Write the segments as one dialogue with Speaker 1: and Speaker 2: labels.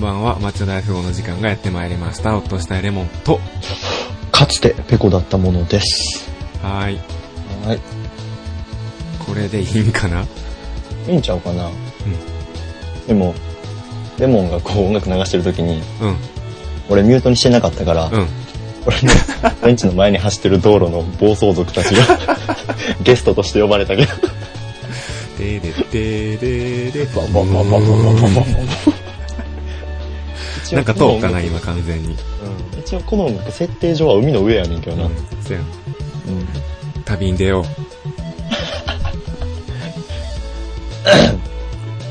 Speaker 1: ばんは町田大富豪の時間がやってまいりましたおっとしたいレモンと
Speaker 2: かつてペコだったものです。
Speaker 1: はーい
Speaker 2: はい。
Speaker 1: これでいいんかない
Speaker 2: いんちゃうかな。でも、レモンがこう音楽流してる時に、
Speaker 1: うん
Speaker 2: 俺ミュートにしてなかったから、
Speaker 1: うん
Speaker 2: 俺のベンチの前に走ってる道路の暴走族たちがゲストとして呼ばれたけど。
Speaker 1: ででででで
Speaker 2: バンバンバンバンバンバンバンバン
Speaker 1: なんか通ったな今完全に
Speaker 2: うん一応この音楽設定上は海の上やねんけど
Speaker 1: う
Speaker 2: な。うん
Speaker 1: んせやん旅に出よう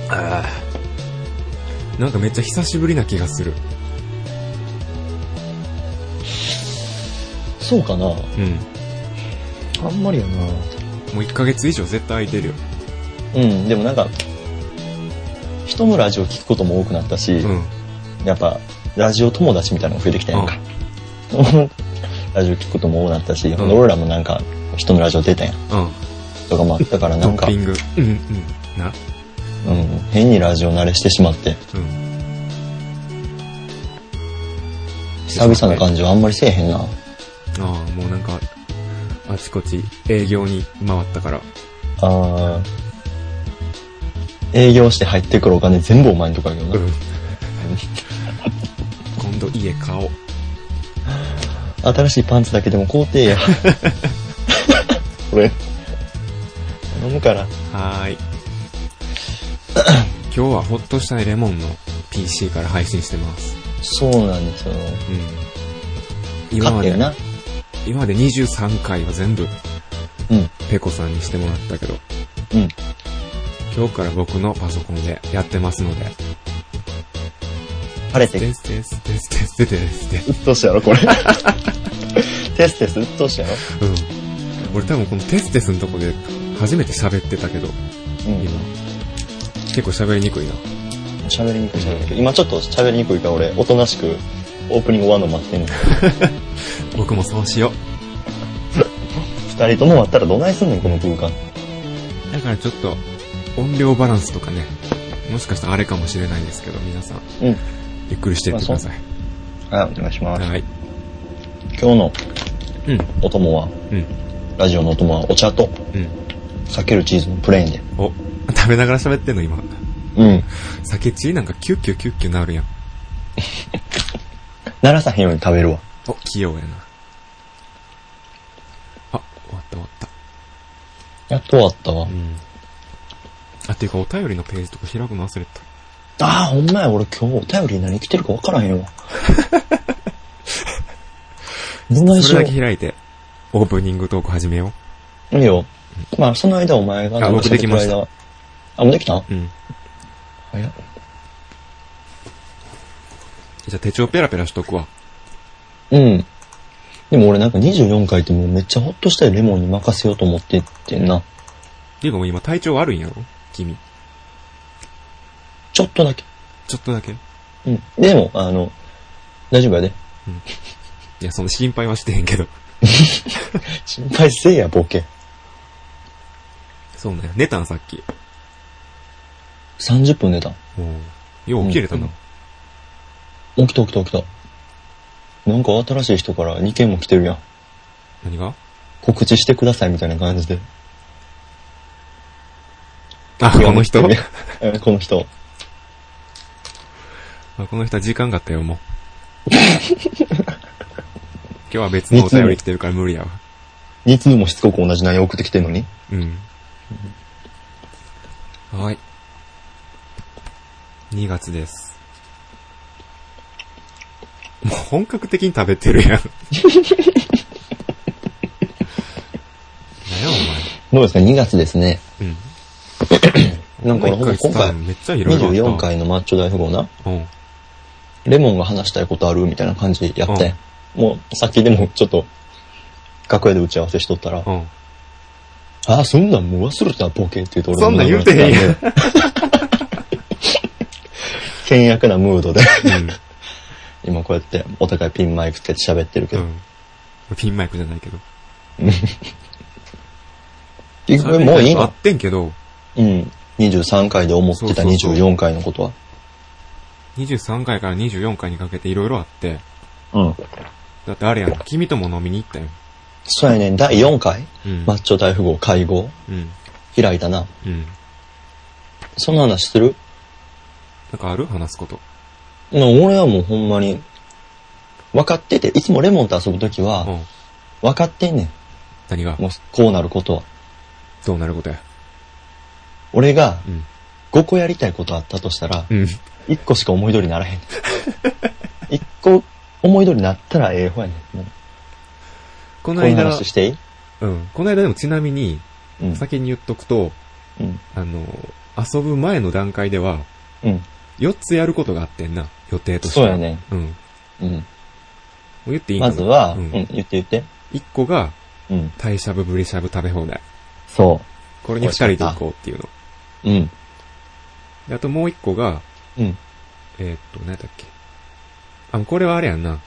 Speaker 1: ああなんかめっちゃ久しぶりな気がする
Speaker 2: そうかな
Speaker 1: うん
Speaker 2: あんまりやな
Speaker 1: もう1ヶ月以上絶対空いてるよ
Speaker 2: うん、でもなんか、人のラジオ聞くことも多くなったし、
Speaker 1: うん
Speaker 2: やっぱ、ラジオ友達みたいなのが増えてきたやんか。ラジオ聞くことも多くなったし、
Speaker 1: ん
Speaker 2: 俺らもなんか、人のラジオ出たやん。
Speaker 1: うん
Speaker 2: とかもあったからな
Speaker 1: ト
Speaker 2: ん
Speaker 1: ッ
Speaker 2: か、う
Speaker 1: ピ
Speaker 2: ん、
Speaker 1: ングうんうんな
Speaker 2: 変にラジオ慣れしてしまって、
Speaker 1: うん
Speaker 2: 久々な感じはあんまりせえへんな。
Speaker 1: ああもうなんかあちこち営業に回ったから
Speaker 2: あー営業して入ってくるお金全部お前んとこやけどな。
Speaker 1: うん 今度家買おう
Speaker 2: 新しいパンツだけでも買うてえや。 俺、頼むから。
Speaker 1: はーい 今日はホッとしたいレモンの PC から配信してます
Speaker 2: そうなんですよ。
Speaker 1: うん今
Speaker 2: 勝
Speaker 1: ま
Speaker 2: って
Speaker 1: で
Speaker 2: るな。
Speaker 1: 今まで23回は全部
Speaker 2: うん。
Speaker 1: ペコさんにしてもらったけど
Speaker 2: うん。
Speaker 1: 今日から僕のパソコンでやってますので
Speaker 2: 晴れて、う
Speaker 1: ですですですですですですです
Speaker 2: っとうしいやろ、これ。 テステス、うっとうしいやろ。
Speaker 1: うん俺多分このテステスのとこで初めて喋ってたけど
Speaker 2: うん
Speaker 1: 今。結構喋りにくいな
Speaker 2: 喋りにくい、喋りにくい。今ちょっと喋りにくいから、俺、おとなしく、オープニング終わるの待ってんの。
Speaker 1: 僕もそうしよ
Speaker 2: 二人とも終わったらどないすんねん、この空間。
Speaker 1: うだからちょっと音量バランスとかねもしかしたらあれかもしれないんですけど皆さん
Speaker 2: うん。
Speaker 1: ゆっくりしていってください
Speaker 2: はい、お願いします。
Speaker 1: はい
Speaker 2: 今日の
Speaker 1: うん
Speaker 2: お供は、
Speaker 1: うん
Speaker 2: ラジオのお供は、お茶と、
Speaker 1: うん
Speaker 2: 避けるチーズのプレーンで。
Speaker 1: お食べながら喋ってんの今
Speaker 2: うん。
Speaker 1: 酒チーなんかキュッキュッキュッキュなるやん
Speaker 2: ならさへんように食べるわ。
Speaker 1: お、器用やな。あ、終わった終わった。
Speaker 2: やっと終わったわ。
Speaker 1: うん。あ、ていうかお便りのページとか開くの忘れてた。
Speaker 2: ああ、ほんまや、俺今日お便り何来てるか分からへ んわ。どんなにし
Speaker 1: そ
Speaker 2: よ
Speaker 1: れ
Speaker 2: う
Speaker 1: だ。け開いて、オープニングトーク始めよ
Speaker 2: いいよ。まあ、その間お前が
Speaker 1: あ
Speaker 2: なんか
Speaker 1: 僕できました
Speaker 2: 喋ってる間はあ、もうできた
Speaker 1: う。うん。
Speaker 2: 早っ
Speaker 1: じゃあ手帳ペラペラしとくわ。
Speaker 2: うん。でも俺なんか24回ってもうめっちゃホッとしたよレモンに任せようと思ってってんな。
Speaker 1: ていうかもう今体調悪いんやろ君。
Speaker 2: ちょっとだけ。
Speaker 1: ちょっとだけ。い
Speaker 2: うん。でも、あの、大丈夫やで。
Speaker 1: や、その心配はしてへんけど。
Speaker 2: 心配せえや、ボケ。
Speaker 1: そうね。寝たんさっき。
Speaker 2: 30分寝た。
Speaker 1: おうよう起きれたな。
Speaker 2: 起きた起きた起きた。なんか新しい人から2件も来てるやん。
Speaker 1: 何が
Speaker 2: 告知してくださいみたいな感じで。
Speaker 1: あ、この人
Speaker 2: うんこの人。
Speaker 1: あこの人は時間があったよ、 もう。今日は別のお便り来てるから無理やわ。
Speaker 2: 2通もしつこく同じ内容送ってきてんのに。
Speaker 1: うん。はい。2月です。もう本格的に食べてるやん。なよ、
Speaker 2: どうですか ?2 月ですね。
Speaker 1: お前。うん。
Speaker 2: なんか俺ほんま今回、
Speaker 1: めっちゃいろいろあった。
Speaker 2: 24回のマッチョ大富豪な、
Speaker 1: うん。
Speaker 2: レモンが話したいことあるみたいな感じでやって、もうさっきでもちょっと、楽屋で打ち合わせしとったら、
Speaker 1: うん。
Speaker 2: ああ、そんなんもう忘れたボケって言うと俺
Speaker 1: そんなん言うてへんやん
Speaker 2: ん。 険悪なムードで、今こうやってお互いピンマイクつけて喋ってるけ
Speaker 1: う
Speaker 2: ど、
Speaker 1: ん。ピンマイクじゃないけど。
Speaker 2: 結局もういい
Speaker 1: あっ
Speaker 2: の
Speaker 1: てんけど、
Speaker 2: うん。23回で思ってた
Speaker 1: そうそうそう
Speaker 2: 24回のことは。
Speaker 1: 23回から24回にかけていろいろあって、
Speaker 2: うん。
Speaker 1: だってあれやん、君とも飲みに行ったよ。
Speaker 2: そうやねん、第4回、
Speaker 1: うん。
Speaker 2: マッチョ大富豪会合
Speaker 1: うん。
Speaker 2: 開いたな。
Speaker 1: うん。
Speaker 2: そんな話する
Speaker 1: なんかある話すこと。
Speaker 2: な俺はもうほんまに、分かってて、いつもレモンと遊ぶとき
Speaker 1: う
Speaker 2: は、
Speaker 1: ん。
Speaker 2: 分かってんね
Speaker 1: 何が
Speaker 2: ん。もう、こうなることは。
Speaker 1: どうなることや。
Speaker 2: 俺が
Speaker 1: うん。
Speaker 2: 5個やりたいことあったとしたら、
Speaker 1: うん。
Speaker 2: 1個しか思い通りにならへん。1個思い通りになったらええ方やねん。もう
Speaker 1: こ
Speaker 2: こ
Speaker 1: の
Speaker 2: ういう
Speaker 1: 間、
Speaker 2: 話していい
Speaker 1: うん。この間でもちなみに、
Speaker 2: うん。
Speaker 1: 先に言っとくと、
Speaker 2: うん。
Speaker 1: あの、遊ぶ前の段階では、
Speaker 2: うん。
Speaker 1: 4つやることがあってんな、予定として。
Speaker 2: そうや。ね
Speaker 1: うん。も
Speaker 2: ん。うん。
Speaker 1: う言っていいか
Speaker 2: ま
Speaker 1: な
Speaker 2: ずは、
Speaker 1: う
Speaker 2: うん
Speaker 1: ん。、
Speaker 2: 言って言って。
Speaker 1: 1個が、
Speaker 2: うん。
Speaker 1: タイしゃぶ、ブリしゃぶ食べ放題。
Speaker 2: そ
Speaker 1: これに2人で行こうっていうの。
Speaker 2: う。うん。
Speaker 1: であともう1個が、
Speaker 2: うん。
Speaker 1: えーっと、何やったっけ。あの、これはあれやんな。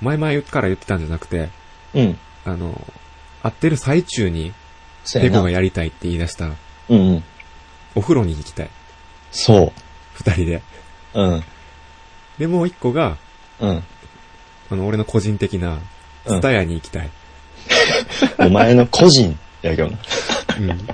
Speaker 1: 前々から言ってたんじゃなくて、
Speaker 2: うん。
Speaker 1: あの、会ってる最中に、
Speaker 2: そう
Speaker 1: ペ
Speaker 2: や
Speaker 1: コ
Speaker 2: な
Speaker 1: が。やりたいって言い出した、
Speaker 2: うんうん。
Speaker 1: お風呂に行きたい。
Speaker 2: そう。
Speaker 1: 二人で。
Speaker 2: うん。
Speaker 1: で、もう一個が、
Speaker 2: うん。
Speaker 1: あの、俺の個人的な、
Speaker 2: う
Speaker 1: ツ
Speaker 2: ん
Speaker 1: タヤに行きたい。
Speaker 2: お前の個人やけどな。
Speaker 1: うん。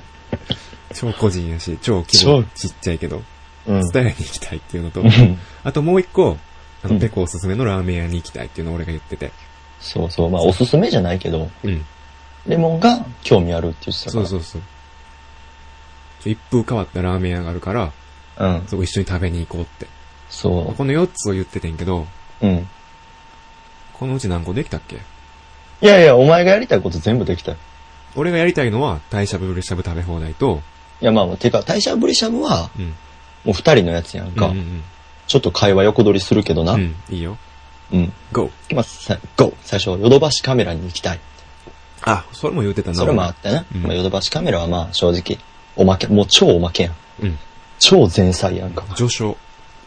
Speaker 1: 超個人やし、超規模
Speaker 2: 超
Speaker 1: ちっちゃいけど、
Speaker 2: うん。
Speaker 1: ツタヤに行きたいっていうのと
Speaker 2: う、ん
Speaker 1: あともう一個、あ
Speaker 2: う
Speaker 1: の、
Speaker 2: ん
Speaker 1: ペコおすすめのラーメン屋に行きたいっていうのを俺が言ってて。
Speaker 2: そうそう。まあ、おすすめじゃないけど、
Speaker 1: うん。
Speaker 2: レモンが興味あるって言ってたか
Speaker 1: そ
Speaker 2: ら。
Speaker 1: うそうそう。ちょ一風変わったラーメン屋があるから、
Speaker 2: う。うん。
Speaker 1: そこ一緒に食べに行こうって。
Speaker 2: そ
Speaker 1: この四つを言っててんけど、
Speaker 2: う。うん。
Speaker 1: このうち何個できたっけ
Speaker 2: いやいや、お前がやりたいこと全部できたよ。
Speaker 1: 俺がやりたいのは、大しゃぶ、ブルしゃぶ食べ放題と、
Speaker 2: いや、まあ、てか、大社ブリシャブは、
Speaker 1: うん。
Speaker 2: もう二人のやつやんか。
Speaker 1: うんうん
Speaker 2: ちょっと会話横取りするけどな。
Speaker 1: う。
Speaker 2: うん。
Speaker 1: うんん、いいよ。
Speaker 2: 行
Speaker 1: GO!
Speaker 2: きます。さゴー最初、ヨドバシカメラに行きたい。
Speaker 1: あ、それも言うてたな。
Speaker 2: それもあったね。
Speaker 1: うん
Speaker 2: まあ、ヨドバシカメラはまあ、正直、おまけ、もう超おまけやん。
Speaker 1: うん。
Speaker 2: 超前菜やんか。
Speaker 1: 上昇。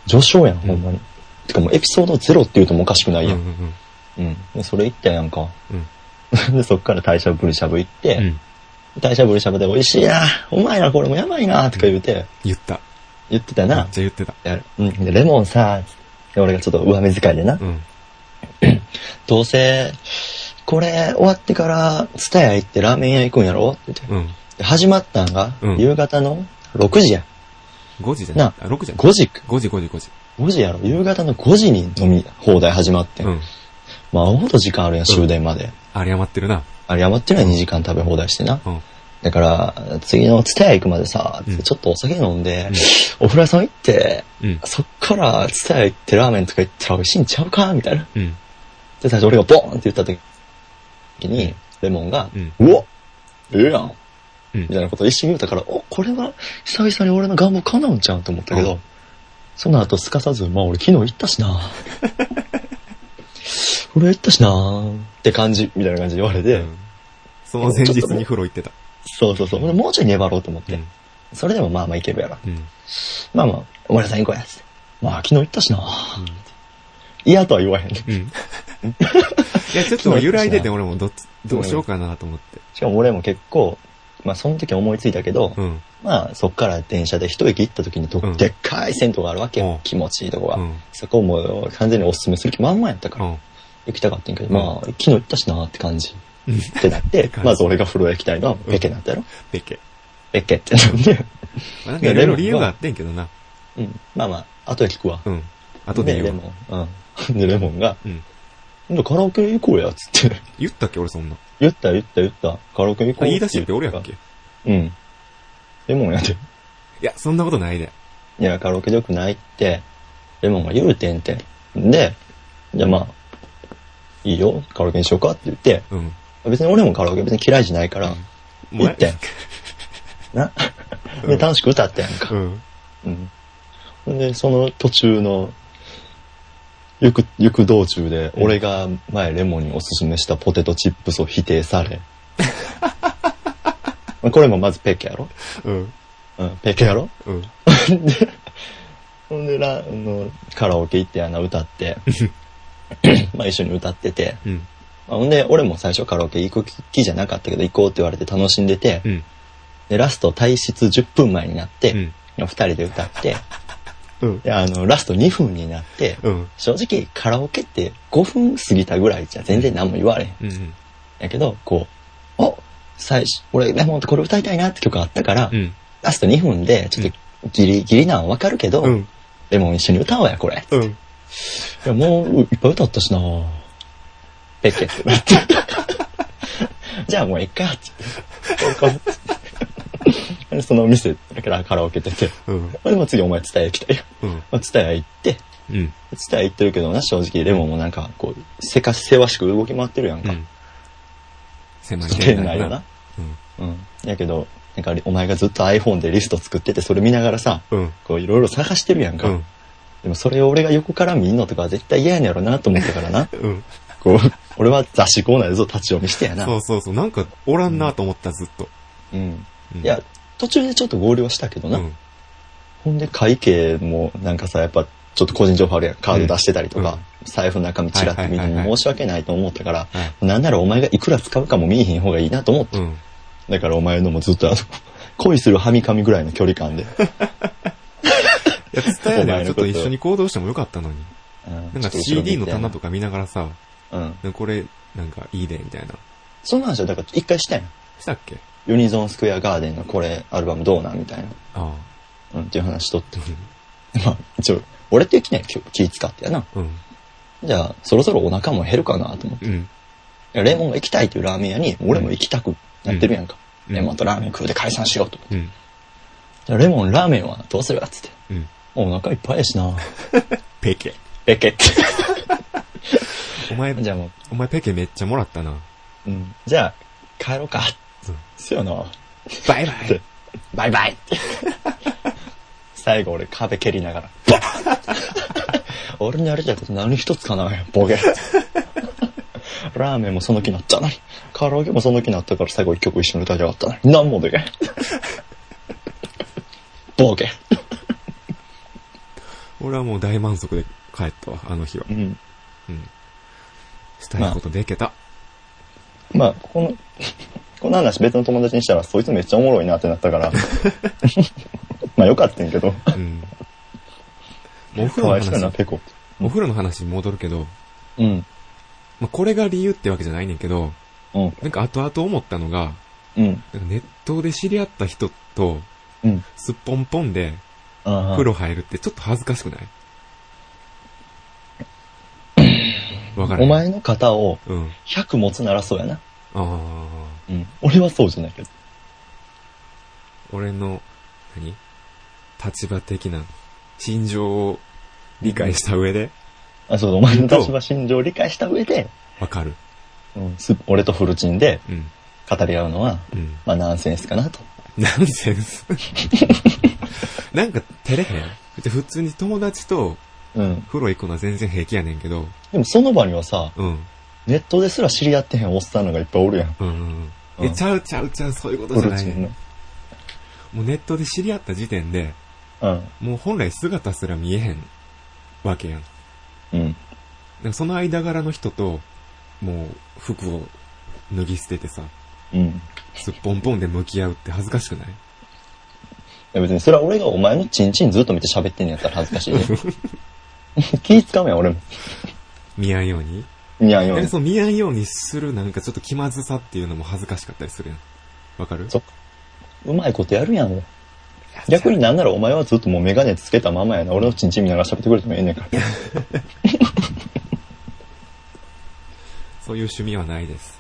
Speaker 2: 序章やん、ほんまに。てかもうエピソード0って言うともおかしくな
Speaker 1: う
Speaker 2: い
Speaker 1: んう
Speaker 2: やん。
Speaker 1: ん
Speaker 2: うん。でそれ行ったやんか。
Speaker 1: うん。
Speaker 2: で、そっから大社ブリシャブ行っ
Speaker 1: うん。う
Speaker 2: て、
Speaker 1: ん。
Speaker 2: 大社ブリシャブで美味しいなうまいなこれもやばいなとか言うて、
Speaker 1: 言った。
Speaker 2: 言ってた
Speaker 1: めっ
Speaker 2: な。
Speaker 1: ちゃ言ってた。
Speaker 2: やるうん。で、レモンさ、で俺がちょっと上目遣いで
Speaker 1: う。
Speaker 2: な
Speaker 1: ん。
Speaker 2: どうせ、これ終わってから、ツタヤ行ってラーメン屋行くんやろって言って。
Speaker 1: うん。
Speaker 2: で始まったんが
Speaker 1: う、ん
Speaker 2: 夕方の6時や。
Speaker 1: 5時じゃない
Speaker 2: な
Speaker 1: あ、6時じゃない
Speaker 2: 5時か。
Speaker 1: 5時、5時、5時。
Speaker 2: 5時やろ夕方の5時に飲み放題始まって。
Speaker 1: うん。
Speaker 2: まあ、ほど時間あるやん、終電まで。
Speaker 1: あれ余ってるな。
Speaker 2: あれ、山ってのは2時間食べ放題してな。
Speaker 1: うん。
Speaker 2: だから、次のツタヤ行くまでさ、
Speaker 1: うん
Speaker 2: ちょっとお酒飲んで、お風呂屋さん行って、
Speaker 1: うん。
Speaker 2: そっからツタヤ行ってラーメンとか行ったら美味しいんちゃうかみたいな。
Speaker 1: うん。
Speaker 2: で、最初俺がボーンって言った時に、レモンが、
Speaker 1: うん。
Speaker 2: うわええやん
Speaker 1: うん
Speaker 2: みたいなこと一瞬言うたから、お、これは久々に俺の願望叶うんちゃうんと思ったけど、
Speaker 1: うん
Speaker 2: その後すかさず、まあ俺昨日行った しな俺行ったしなって感じ、みたいな感じで言われて、
Speaker 1: うんその前日に風呂行ってた。
Speaker 2: そうそうそう。もうちょい粘ろうと思っ
Speaker 1: う
Speaker 2: て。
Speaker 1: ん。
Speaker 2: それでもまあまあいけるやろ。
Speaker 1: うん。
Speaker 2: まあまあ、お前らさん行こうやつって。まあ昨日行ったしな嫌とは言わへんね。
Speaker 1: うん。いや、ちょっと揺らいでて俺もどっち、どうしようかなと思って。
Speaker 2: しかも俺も結構、まあその時思いついたけど、
Speaker 1: うん。
Speaker 2: まあそっから電車で一駅行った時にと、
Speaker 1: うん
Speaker 2: でっかい銭湯があるわけよ。
Speaker 1: うん
Speaker 2: 気持ちいいとこが。
Speaker 1: うん。
Speaker 2: そこもう完全におすすめする気満々やったか
Speaker 1: う
Speaker 2: ら、
Speaker 1: ん。
Speaker 2: 行きたかったんやけど、
Speaker 1: うん
Speaker 2: まあ昨日行ったしなって感じ。
Speaker 1: うん
Speaker 2: っ てなって、まず俺が風呂屋行きたいのはペケなんだろ。
Speaker 1: ペケ。
Speaker 2: ペケってなんで。
Speaker 1: まあなんかいろいろ理由があってんけどな。
Speaker 2: うん。まあまあ、後で聞くわ。
Speaker 1: うん。後で
Speaker 2: レ
Speaker 1: 言うわ。
Speaker 2: モン。うん。で、レモンが、
Speaker 1: うん。
Speaker 2: 今度カラオケ行こうや、つって。
Speaker 1: 言ったっけ俺そんな。
Speaker 2: 言った言った言った。カラオケ行
Speaker 1: あ
Speaker 2: こう
Speaker 1: 言い出しって俺やっけい
Speaker 2: うん。レモンやで。
Speaker 1: や、そんなことないで。
Speaker 2: いや、カラオケでよくないって、レモンが言うてんて。で、じゃあまあ、いいよ、カラオケにしようかって言って、
Speaker 1: うん。
Speaker 2: 別に俺もカラオケ別に嫌いじゃないから、
Speaker 1: もう
Speaker 2: 行ってん。な。
Speaker 1: う
Speaker 2: で、
Speaker 1: ん
Speaker 2: 楽しく歌ったやんか。
Speaker 1: うん。
Speaker 2: うん。ほんで、その途中の、行く、行く道中で、
Speaker 1: うん
Speaker 2: 俺が前レモンにおすすめしたポテトチップスを否定 され。これもまずペケやろ
Speaker 1: うん。
Speaker 2: うん、ペケやろ
Speaker 1: うん。
Speaker 2: で、ほんでら、あの、カラオケ行ってあの歌って、 まあ一緒に歌ってて、
Speaker 1: うん。
Speaker 2: まあほんで、俺も最初カラオケ行く気じゃなかったけど行こうって言われて楽しんでて、
Speaker 1: うん。
Speaker 2: で、ラスト退出10分前になって、
Speaker 1: うん。
Speaker 2: 二人で歌って、
Speaker 1: うん。
Speaker 2: で、あの、ラスト2分になって、
Speaker 1: うん。
Speaker 2: 正直カラオケって5分過ぎたぐらいじゃ全然何も言われへ
Speaker 1: う
Speaker 2: ん。
Speaker 1: ん。
Speaker 2: やけど、こう、お最初、俺、ね、ほんとこれ歌いたいなって曲あったから、
Speaker 1: うん。
Speaker 2: ラスト2分で、ちょっとギリ、ギリなんわかるけど、
Speaker 1: うん。
Speaker 2: でも一緒に歌おうや、これ。
Speaker 1: うん。
Speaker 2: いや、もう、いっぱい歌ったしなぁ。ペッケってなって。 じゃあもういっか、 つって。そのお店、だからカラオケ出て。
Speaker 1: うん。
Speaker 2: でも次お前伝え来たよ。
Speaker 1: うん。
Speaker 2: まあ伝え行って、
Speaker 1: うん。
Speaker 2: 伝え行ってるけどな、正直。でももうなんか、こう、せか、せわしく動き回ってるやん
Speaker 1: う
Speaker 2: か。
Speaker 1: ん。狭い
Speaker 2: 店内だな。。うん。やけど、なんかお前がずっと iPhone でリスト作ってて、それ見ながらさ、
Speaker 1: うん。うん。
Speaker 2: こういろいろ探してるやんか。
Speaker 1: うん。
Speaker 2: でもそれを俺が横から見んのとかは絶対嫌やねやろなと思ったからな。
Speaker 1: うん。
Speaker 2: こう、俺は雑誌コーナーでぞ立ち読みしてやな。
Speaker 1: そうそうそう。なんか、おらんなと思った、ずっと。
Speaker 2: うん。
Speaker 1: うん
Speaker 2: いや、、途中でちょっと合流はしたけど
Speaker 1: う
Speaker 2: な。
Speaker 1: ん。
Speaker 2: ほんで会計もなんかさ、やっぱちょっと個人情報あるやん。カード出してたりとか、財布の中身ちらっと見る
Speaker 1: はいはい
Speaker 2: の
Speaker 1: はいは
Speaker 2: 申
Speaker 1: い
Speaker 2: し訳ないと思ったから、
Speaker 1: はい。
Speaker 2: なんならお前がいくら使うかも見えへん方がいいなと思って。
Speaker 1: うん。
Speaker 2: だからお前のもずっとあの、 恋するはみかみぐらいの距 離感で。
Speaker 1: いや、伝え
Speaker 2: お
Speaker 1: で
Speaker 2: 前
Speaker 1: はちょ
Speaker 2: の
Speaker 1: っ
Speaker 2: こと
Speaker 1: と一緒に行動してもよかったのに。
Speaker 2: う
Speaker 1: なんか CD の棚
Speaker 2: と
Speaker 1: とか見ながらさ、
Speaker 2: か。うん。
Speaker 1: これ、なんかいいで、みたいな。
Speaker 2: その話はだから一回したやん。
Speaker 1: したっけ
Speaker 2: ユニゾンスクエアガーデンのこれ、アルバムどうなんみたいな。
Speaker 1: あ
Speaker 2: うん、っていう話しとって
Speaker 1: あ。。
Speaker 2: まあ、一応、俺的には気気使ってやな。
Speaker 1: うん。
Speaker 2: じゃあ、そろそろお腹も減るかなと思って。い
Speaker 1: うん。
Speaker 2: やレモンが行きたいっていうラーメン屋に、俺も行きたくなってるやんか。
Speaker 1: うん
Speaker 2: レモンとラーメン食うで解散しようと思って。
Speaker 1: うん。
Speaker 2: じゃあレモン、ラーメンはどうするかっつって。
Speaker 1: うん。
Speaker 2: お腹いっぱいやしな
Speaker 1: ペケ。
Speaker 2: ペケって。
Speaker 1: お前、
Speaker 2: じゃあも
Speaker 1: お前ペケめっちゃもらったな。
Speaker 2: う、うん。じゃあ、帰ろうか。
Speaker 1: うん
Speaker 2: すよな。
Speaker 1: バイバイ。
Speaker 2: バイバイ 最後俺壁蹴りながら、バーン俺にやりたいこと何一つかないよ、ボケ。ラーメンもその気になったのに、カラオケもその気になったから最後一曲一緒に歌いたかったのに、何もでけん。ボケ。
Speaker 1: 俺はもう大満足で帰ったわ、あの日は
Speaker 2: う。ん。
Speaker 1: うん。したいことできた。
Speaker 2: まあ、この、この話別の友達にしたら、そいつめっちゃおもろいなってなった から、まあよかったんやけど、
Speaker 1: うん。もうお風
Speaker 2: か
Speaker 1: 呂
Speaker 2: わ
Speaker 1: の
Speaker 2: いそうやな、
Speaker 1: 話、
Speaker 2: ペコ。
Speaker 1: お風呂の話に戻るけど、
Speaker 2: うん。
Speaker 1: まあ、これが理由ってわけじゃないねんけど、
Speaker 2: うん。
Speaker 1: なんか後々思ったのが、
Speaker 2: うん。
Speaker 1: なんかネットで知り合った人と、
Speaker 2: うん。
Speaker 1: すっぽんぽんで
Speaker 2: 風
Speaker 1: 風呂入るってちょっと恥ずかしく ないわからん
Speaker 2: お。前の肩を
Speaker 1: うん。
Speaker 2: 100持つならそうやな。
Speaker 1: ああ。
Speaker 2: うん。俺はそうじゃないけど。
Speaker 1: 俺の、何立場的な、心情を理解した上で、
Speaker 2: あ、そうだ、お前の立場心情を理解した上で、
Speaker 1: わかる。
Speaker 2: うん、す俺とフルチンで
Speaker 1: うん。
Speaker 2: 語り合うのは、
Speaker 1: うん。
Speaker 2: まあナンセンスかなと。
Speaker 1: ナンセンス。 なんか照れへんじゃ普通に友達と
Speaker 2: うん。
Speaker 1: 風呂行くのは全然平気やねんけど、
Speaker 2: でもその場にはさ、
Speaker 1: うん。
Speaker 2: ネットですら知り合ってへんおっさんのがいっぱいおるやん。
Speaker 1: うんうんうん。
Speaker 2: う
Speaker 1: え、
Speaker 2: ん
Speaker 1: ちゃうちゃうちゃう、そういうこと
Speaker 2: フ
Speaker 1: じゃ
Speaker 2: ル
Speaker 1: ない
Speaker 2: チン
Speaker 1: ね
Speaker 2: の。
Speaker 1: もうネットで知り合った時点で、もう本来姿すら見えへんわけやん。だ
Speaker 2: うん。うん。
Speaker 1: からその間柄の人と、もう服を脱ぎ捨ててさ、
Speaker 2: うん。
Speaker 1: すっぽんぽんで向き合うって恥ずかしくない
Speaker 2: いや別にそれは俺がお前のチンチンずっと見て喋ってんのやったら恥ずかしいね。 気使うやん、俺も。
Speaker 1: 見合うように。
Speaker 2: いやいや
Speaker 1: え、そう見合うようにするなんかちょっと気まずさっていうのも恥ずかしかったりするやん。わかる
Speaker 2: そっか。うまいことやるやん、俺。
Speaker 1: いや
Speaker 2: 逆になんならお前はずっともうメガネつけたままやな。俺のチンチン見ながら喋ってくれてもええねんから。
Speaker 1: そういう趣味はないです。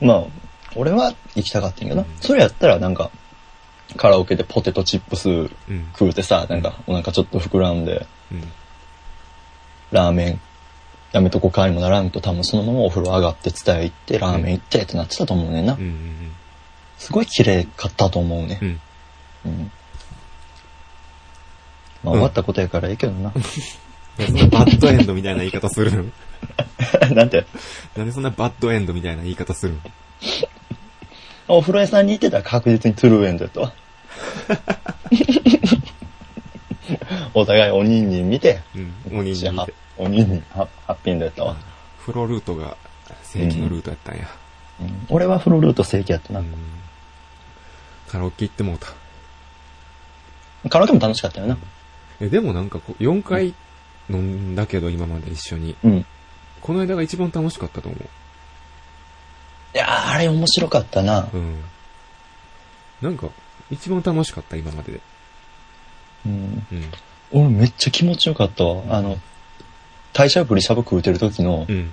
Speaker 2: まあ、俺は行きたかったんやけどな。それやったらなんか、カラオケでポテトチップス
Speaker 1: うん。
Speaker 2: 食うてさ、なんかお腹ちょっと膨らんで、
Speaker 1: うん。
Speaker 2: ラーメンやめとこかにもならんと多分そのままお風呂上がって伝え行って、ラーメン行ってってなってたと思うねんな
Speaker 1: うん。うん。うん
Speaker 2: すごい綺麗かったと思うね
Speaker 1: う。ん。
Speaker 2: うん。まあ
Speaker 1: うん
Speaker 2: 終わったことやからいいけどな。
Speaker 1: なんでそんなバッドエンドみたいな言い方するん
Speaker 2: なんて、
Speaker 1: なんでそんなバッドエンドみたいな言い方するん
Speaker 2: お風呂屋さんに行ってたら確実にトゥルーエンドやったわ。 お互いおにんにん見て、
Speaker 1: うん。おにぎり
Speaker 2: ハ
Speaker 1: で。
Speaker 2: おにんにんハハッピーエンドやったわ。
Speaker 1: フロルートが正規のルートやったんや。
Speaker 2: うん俺はフロルート正規やったな。
Speaker 1: カラオケ行ってもうた。
Speaker 2: カラオケも楽しかったよな。
Speaker 1: え、でもなんかこう、4回飲んだけど、今まで一緒に。
Speaker 2: うん。い
Speaker 1: この間が一番楽しかったと思
Speaker 2: やー、あれ面白かったな
Speaker 1: う。。うん。なんか、一番楽しかった、今までで。
Speaker 2: うん。
Speaker 1: うん。
Speaker 2: 俺めっちゃ気持ちよかったわ。あの、大社ぶりしゃぶ食うてる時の
Speaker 1: うん。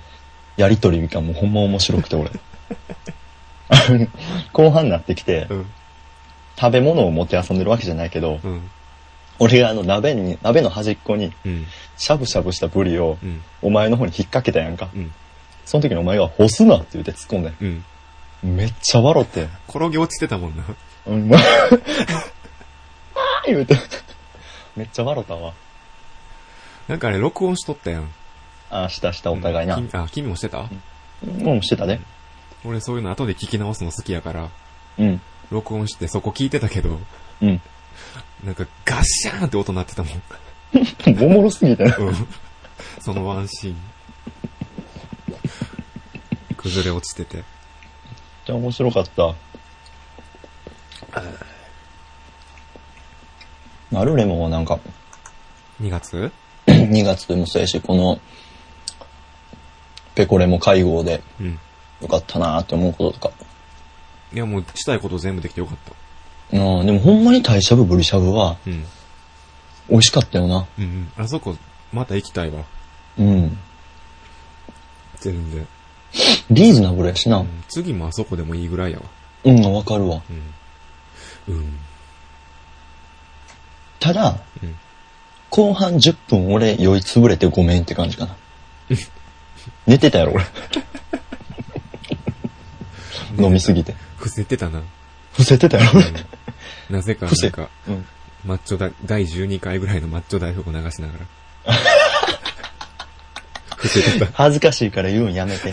Speaker 2: やりとりがもうほんま面白くて、俺。 あの後半になってきて、
Speaker 1: うん。
Speaker 2: 食べ物を持って遊んでるわけじゃないけど、
Speaker 1: うん。
Speaker 2: 俺があの鍋に、鍋の端っこに、
Speaker 1: うん。
Speaker 2: しゃぶしゃぶしたブリを
Speaker 1: う、ん。
Speaker 2: お前の方に引っ掛けたやんか。
Speaker 1: うん。
Speaker 2: その時にお前が、干すなって言って突っ込んで。
Speaker 1: うん。
Speaker 2: めっちゃ笑って。
Speaker 1: 転げ落ちてたもんな。
Speaker 2: うん、 まあ、言うて。めっちゃ笑ったわ。
Speaker 1: なんかあれ、録音しとったやん。
Speaker 2: あ、したしたお互いな。
Speaker 1: 君あ、君もしてた
Speaker 2: もうんしてたね。
Speaker 1: 俺そういうの後で聞き直すの好きやから、
Speaker 2: うん。
Speaker 1: 録音してそこ聞いてたけど、
Speaker 2: うん。
Speaker 1: なんかガッシャーンって音鳴ってたもん。
Speaker 2: おもろすぎてな。
Speaker 1: うん。そのワンシーン。崩れ落ちてて。
Speaker 2: めっちゃ面白かった。なるレモンはなんか、
Speaker 1: 2月
Speaker 2: 2月でもそうやし、この、ペコレモ会合で
Speaker 1: うん。
Speaker 2: よかったなーって思うこととか。
Speaker 1: いやもうしたいこと全部できてよかった。
Speaker 2: うん、でもほんまにタイしゃぶブリしゃぶは
Speaker 1: うん。
Speaker 2: 美味しかったよな。
Speaker 1: うんうん。あそこ、また行きたいわ。
Speaker 2: うん。
Speaker 1: 全然。
Speaker 2: リーズナブルやし
Speaker 1: う
Speaker 2: な。
Speaker 1: ん、次もあそこでもいいぐらいやわ。
Speaker 2: うん、わかるわ。
Speaker 1: うん。うん。
Speaker 2: ただ、
Speaker 1: うん
Speaker 2: 後半10分俺酔いつぶれてごめんって感じかな。寝てたやろ、俺。飲みすぎて。
Speaker 1: 伏せてたな。
Speaker 2: 伏せてたやろ、俺。
Speaker 1: なぜか、
Speaker 2: 伏
Speaker 1: な
Speaker 2: せ
Speaker 1: んか、
Speaker 2: うん。
Speaker 1: マッチョだ、第12回ぐらいのマッチョ大富豪流しなが ら。伏せてた。
Speaker 2: 恥ずかしいから言うんやめて。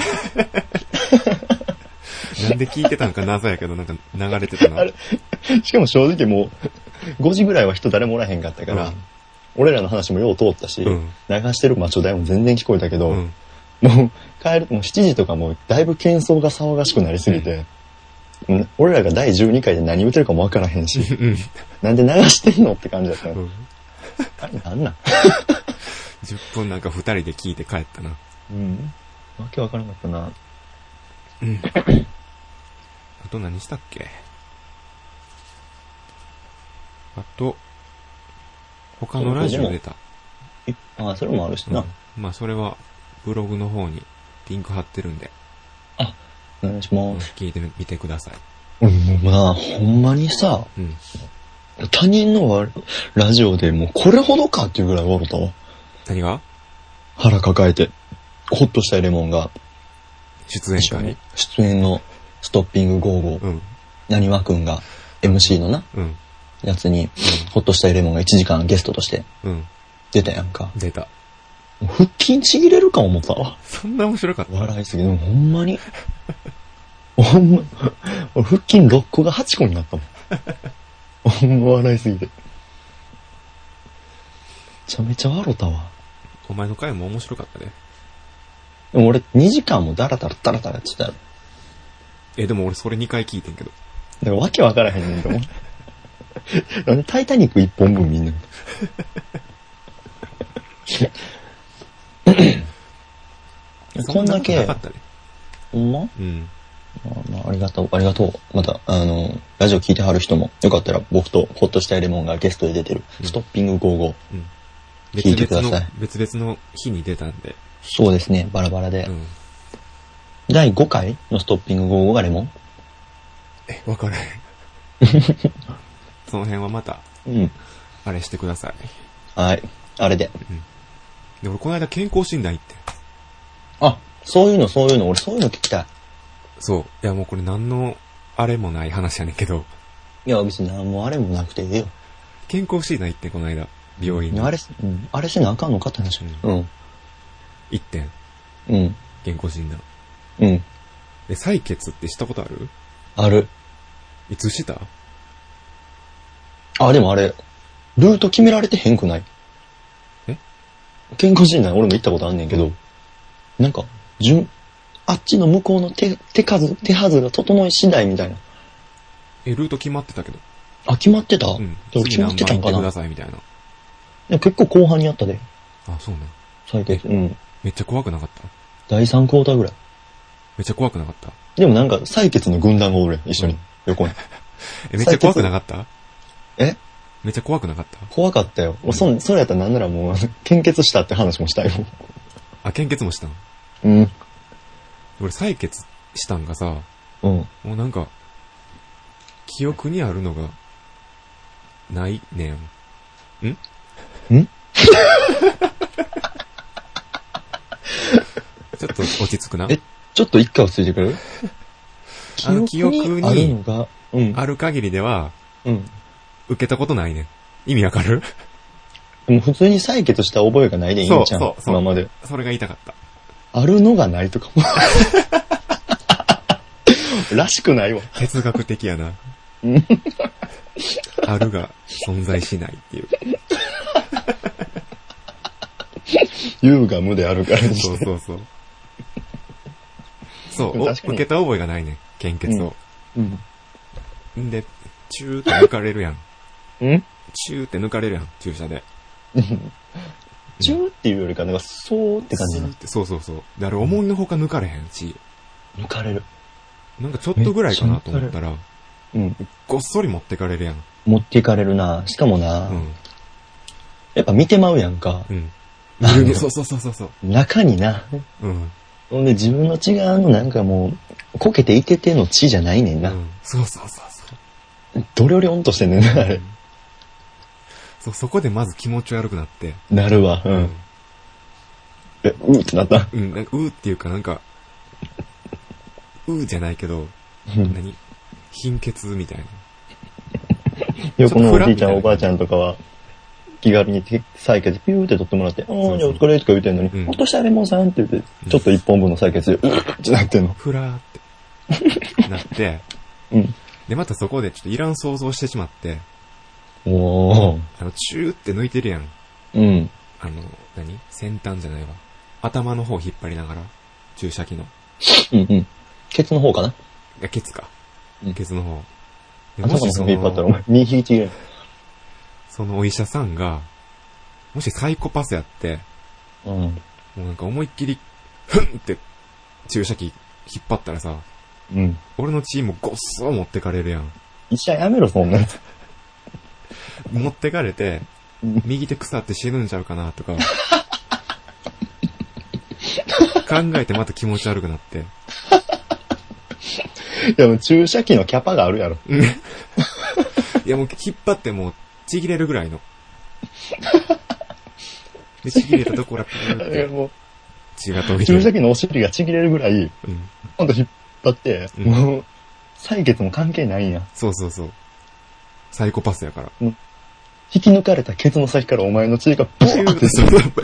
Speaker 1: なんで聞いてたんか謎やけど、なんか流れてたな。
Speaker 2: あれしかも正直もう、5時ぐらいは人誰もおらへんかったから、
Speaker 1: うん
Speaker 2: 俺らの話もよう通ったし、
Speaker 1: うん
Speaker 2: 流してるマチョ代も全然聞こえたけど、
Speaker 1: うん。
Speaker 2: もう帰る、もう7時とかもうだいぶ喧騒が騒がしくなりすぎて、うん俺らが第12回で何言ってるかもわからへんし、
Speaker 1: うん。
Speaker 2: なんで流してんのって感じだった
Speaker 1: う
Speaker 2: の。
Speaker 1: ん。
Speaker 2: あれなんなん
Speaker 1: 10分なんか2人で聞いて帰ったな。
Speaker 2: うん。わけわからなかったな。
Speaker 1: あと何したっけあと、他のラジオ出た。
Speaker 2: いあ、それもあるしな。
Speaker 1: うんまあそれは、ブログの方にリンク貼ってるんで、
Speaker 2: お願いし
Speaker 1: うん
Speaker 2: ます。
Speaker 1: 聞いてみてください。
Speaker 2: 俺もうな、ほんまにさ、
Speaker 1: うん。
Speaker 2: 他人のわラジオでもうこれほどかっていうぐらい笑ったわ。
Speaker 1: 何が
Speaker 2: 腹抱えて、ホッとしたレモンが、
Speaker 1: 出演会。
Speaker 2: 出演のストッピング55、
Speaker 1: うん。
Speaker 2: なにわくんが MC のな、
Speaker 1: うん。
Speaker 2: やつに、ホッとしたレモンが1時間ゲストとして
Speaker 1: うん。
Speaker 2: 出たやんか。
Speaker 1: 出た。
Speaker 2: もう腹筋ちぎれるか思ったわ。
Speaker 1: そんな面白かった。
Speaker 2: 笑いすぎでもほんまに。ほんま、俺腹筋6個が8個になったもん。ほんま笑いすぎて。めちゃめちゃ笑ったわ。
Speaker 1: お前の回も面白かったで。
Speaker 2: でも俺2時間もダラダラダラダラやってたやろ。
Speaker 1: え、でも俺それ2回聞いてんけど。
Speaker 2: なんかわけわからへんねんと思う。なんでタイタニック一本分みんな。 こんだ
Speaker 1: そ
Speaker 2: け
Speaker 1: なことなかったで。
Speaker 2: ほんま
Speaker 1: うん。
Speaker 2: まあまあ、ありがとう、ありがとう。また、あの、ラジオ聞いてはる人も、よかったら僕とホッとしたいレモンがゲストで出てる、
Speaker 1: うん
Speaker 2: ストッピング55。
Speaker 1: うん。
Speaker 2: 聞いてください
Speaker 1: 別々の、別々の日に出たんで。
Speaker 2: そうですね、バラバラで。
Speaker 1: うん。
Speaker 2: 第5回のストッピング55がレモン
Speaker 1: え、わからへん。 その辺はまた、
Speaker 2: うん。
Speaker 1: あれしてください。
Speaker 2: はい。あれで。
Speaker 1: で、俺この間健康診断行ってん。
Speaker 2: あ、そういうの、そういうの、俺そういうの聞きたい。
Speaker 1: そう。いやもうこれ何の、あれもない話やねんけど、
Speaker 2: いや、別に何もあれもなくていいよ。
Speaker 1: 健康診断行ってんこの間。病院に。
Speaker 2: あれ、うんあれせなあかんのかって話。うん。
Speaker 1: 行ってん。
Speaker 2: うん。
Speaker 1: 健康診断。
Speaker 2: うん。
Speaker 1: で、採血ってしたことある
Speaker 2: ある。
Speaker 1: いつした
Speaker 2: あ、でもあれ、ルート決められてへんくない
Speaker 1: え
Speaker 2: 健康診断俺も行ったことあんねんけど、なんか、順、あっちの向こうの手、手数、手はずが整い次第みたいな。
Speaker 1: え、ルート決まってたけど。
Speaker 2: あ、決まってた、
Speaker 1: うん。
Speaker 2: でも決まってたんか
Speaker 1: 次何番行ってく
Speaker 2: な
Speaker 1: ださいみたいな。
Speaker 2: いや結構後半にあったで、
Speaker 1: あ、そうね。
Speaker 2: 最低。うん。
Speaker 1: めっちゃ怖くなかった
Speaker 2: 第3クォーターぐらい。
Speaker 1: めっちゃ怖くなかった
Speaker 2: でもなんか、採血の軍団がおるやん、一緒に。
Speaker 1: うん
Speaker 2: 横に。
Speaker 1: え、めっちゃ怖くなかった
Speaker 2: え
Speaker 1: めっちゃ怖くなかった
Speaker 2: 怖かったよ。もうそん、それやったらなんならもう、 献血したって話もしたよ。
Speaker 1: あ、献血もしたん
Speaker 2: うん。
Speaker 1: 俺採血したんがさ、
Speaker 2: うん。
Speaker 1: もうなんか、記憶にあるのが、ないねん。ん
Speaker 2: ん
Speaker 1: ちょっと落ち着くな。
Speaker 2: えちょっと一回落ち着いてくる
Speaker 1: あの記憶に
Speaker 2: あるのが、うん。
Speaker 1: ある限りでは、
Speaker 2: うん。
Speaker 1: 受けたことないねん。意味わかる
Speaker 2: でも普通に採血した覚えがないでいいんじゃ
Speaker 1: そう
Speaker 2: ん。
Speaker 1: そうそう
Speaker 2: 今まで。
Speaker 1: それが言いたかった。
Speaker 2: あるのがないとかも。 らしくないわ。
Speaker 1: 哲学的やな。あるが存在しないっていう。
Speaker 2: 優が無であるからに
Speaker 1: そ
Speaker 2: し
Speaker 1: う
Speaker 2: て。
Speaker 1: そうそう。そう、お
Speaker 2: 確かに
Speaker 1: 受けた覚えがないねん。献血を。
Speaker 2: うん。
Speaker 1: んで、チューって抜かれるやん。
Speaker 2: うん
Speaker 1: チューって抜かれるやん、注射で。
Speaker 2: チューっていうよりか、なんか、そうって感じ
Speaker 1: スー
Speaker 2: な
Speaker 1: っ。てそうそうそう。で、あれ思いのほか抜かれへんし、
Speaker 2: 抜かれる。
Speaker 1: なんかちょっとぐらいかなと思ったら、
Speaker 2: うん。
Speaker 1: ごっそり持ってかれるやん。
Speaker 2: 持っていかれるな。しかもな、
Speaker 1: うん。
Speaker 2: やっぱ見てまうやんか。
Speaker 1: うん。
Speaker 2: なるほど
Speaker 1: そうそうそうそうそう。
Speaker 2: 中にな。
Speaker 1: うん。
Speaker 2: ほんで自分の血があのなんかもう、こけていけての血じゃないねん
Speaker 1: う
Speaker 2: な。
Speaker 1: ん。そうそうそうそう。
Speaker 2: どれよりオンとしてんねんな、あれ。
Speaker 1: そう、そこでまず気持ち悪くなって。
Speaker 2: なるわ。う。。
Speaker 1: うん
Speaker 2: え、うーってなった。
Speaker 1: うん、なんか、うーっていうかなんか、うーじゃないけど、
Speaker 2: うん
Speaker 1: 何貧血みたいな。
Speaker 2: 横のおじいちゃ
Speaker 1: ちょっとフラッみたい
Speaker 2: ん
Speaker 1: な
Speaker 2: おばあちゃんとかは、気軽に手採血ピューって取ってもらって、おーい、お疲れとか言うてんのに、
Speaker 1: うん
Speaker 2: 落としたレモンさんって言って
Speaker 1: う、ん
Speaker 2: ちょっと一本分の採血で、うーってなってんの。
Speaker 1: ふらーって、 なって、
Speaker 2: うん。
Speaker 1: で、またそこでちょっといらん想像してしまって、
Speaker 2: おー。
Speaker 1: あの、チューって抜いてるやん。
Speaker 2: うん。
Speaker 1: あの、何先端じゃないわ。頭の方引っ張りながら、注射器の。い
Speaker 2: うんうん。ケツの方かな
Speaker 1: や、ケツか
Speaker 2: うん。
Speaker 1: ケツの方。で
Speaker 2: 頭の方引っ張ったら、お前、右引いている。
Speaker 1: そのお医者さんが、もしサイコパスやって、
Speaker 2: うん。
Speaker 1: もうなんか思いっきり、ふんって注射器引っ張ったらさ、
Speaker 2: うん。
Speaker 1: 俺の血もごっそ持ってかれるやん。
Speaker 2: 医者やめろ、そんなやつ。
Speaker 1: 持ってかれて
Speaker 2: うん、
Speaker 1: 右手腐って死ぬんちゃうかなとか、考えてまた気持ち悪くなって。
Speaker 2: いや、もう注射器のキャパがあるやろ。
Speaker 1: いやもう引っ張ってもうちぎれるぐらいの。で、ちぎれたところからピューっ
Speaker 2: い
Speaker 1: て
Speaker 2: やも
Speaker 1: 血が飛
Speaker 2: う
Speaker 1: び
Speaker 2: 注
Speaker 1: 出
Speaker 2: 射
Speaker 1: る。
Speaker 2: 器のお尻がちぎれるぐらい、
Speaker 1: うん。
Speaker 2: ほんと引っ張って、
Speaker 1: うん
Speaker 2: もう、採血も関係ないんや。
Speaker 1: そうそうそう。サイコパスやから。
Speaker 2: 引き抜かれたケツの先からお前の血がブ
Speaker 1: ピューっ
Speaker 2: ワーっ
Speaker 1: て
Speaker 2: て
Speaker 1: そ
Speaker 2: す
Speaker 1: う、
Speaker 2: る。
Speaker 1: ブ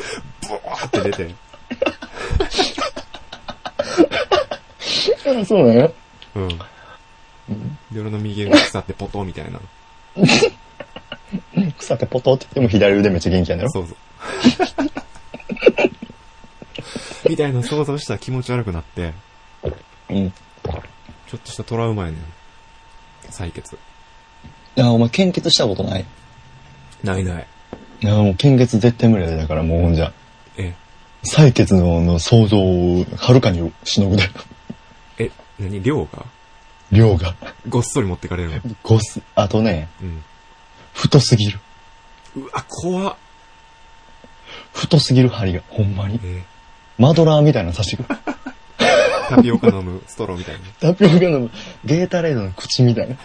Speaker 1: ワーって出て。
Speaker 2: うんそうなんや。
Speaker 1: うん。で、俺の右腕が腐ってポトンみたいな。
Speaker 2: 腐ってポトって言っても左腕めっちゃ元気やねんやろ。
Speaker 1: そう そう。みたいな想像したら気持ち悪くなって、
Speaker 2: うん。
Speaker 1: ちょっとしたトラウマやねん。採血。
Speaker 2: あ、お前献血したことない。
Speaker 1: ないない。
Speaker 2: あ、もう献血絶対無理やで。だからもうほんじゃ。
Speaker 1: え、
Speaker 2: 採血のの想像をはるかにしのぐだよ。
Speaker 1: え、何量が
Speaker 2: 量が。
Speaker 1: ごっそり持ってかれるの。
Speaker 2: ごす、あとね、
Speaker 1: うん。
Speaker 2: 太すぎる。
Speaker 1: うわ、怖っ。
Speaker 2: 太すぎる針が、ほんまに。
Speaker 1: え
Speaker 2: マドラーみたいなの刺してくる。
Speaker 1: ータピオカ飲むストローみたいな。
Speaker 2: タピオカのゲータレードの口みたいな。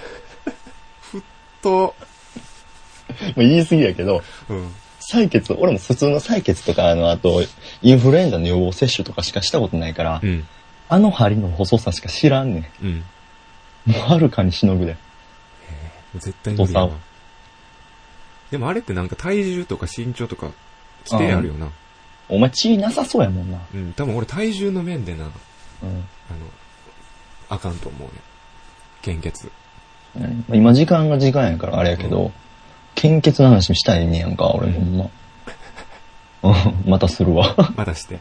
Speaker 1: と、
Speaker 2: もう言い過ぎやけど、
Speaker 1: うん。
Speaker 2: 採血、俺も普通の採血とか、あの、あと、インフルエンザの予防接種とかしかしたことないから、
Speaker 1: ん。
Speaker 2: あの針の細さしか知らんね
Speaker 1: うん。
Speaker 2: ん。もうはるかにしのぐで。
Speaker 1: 絶対無理や
Speaker 2: お父
Speaker 1: な。でもあれってなんか体重とか身長とか規定あるよな。
Speaker 2: お前血なさそうやもんな。
Speaker 1: うん。多分俺体重の面でな、
Speaker 2: うん。
Speaker 1: あの、あかんと思うね。献血。
Speaker 2: うんまあ今時間が時間やからあれやけど、献血の話もしたいねんやんか、俺ほんま。うん またするわ。
Speaker 1: まだして。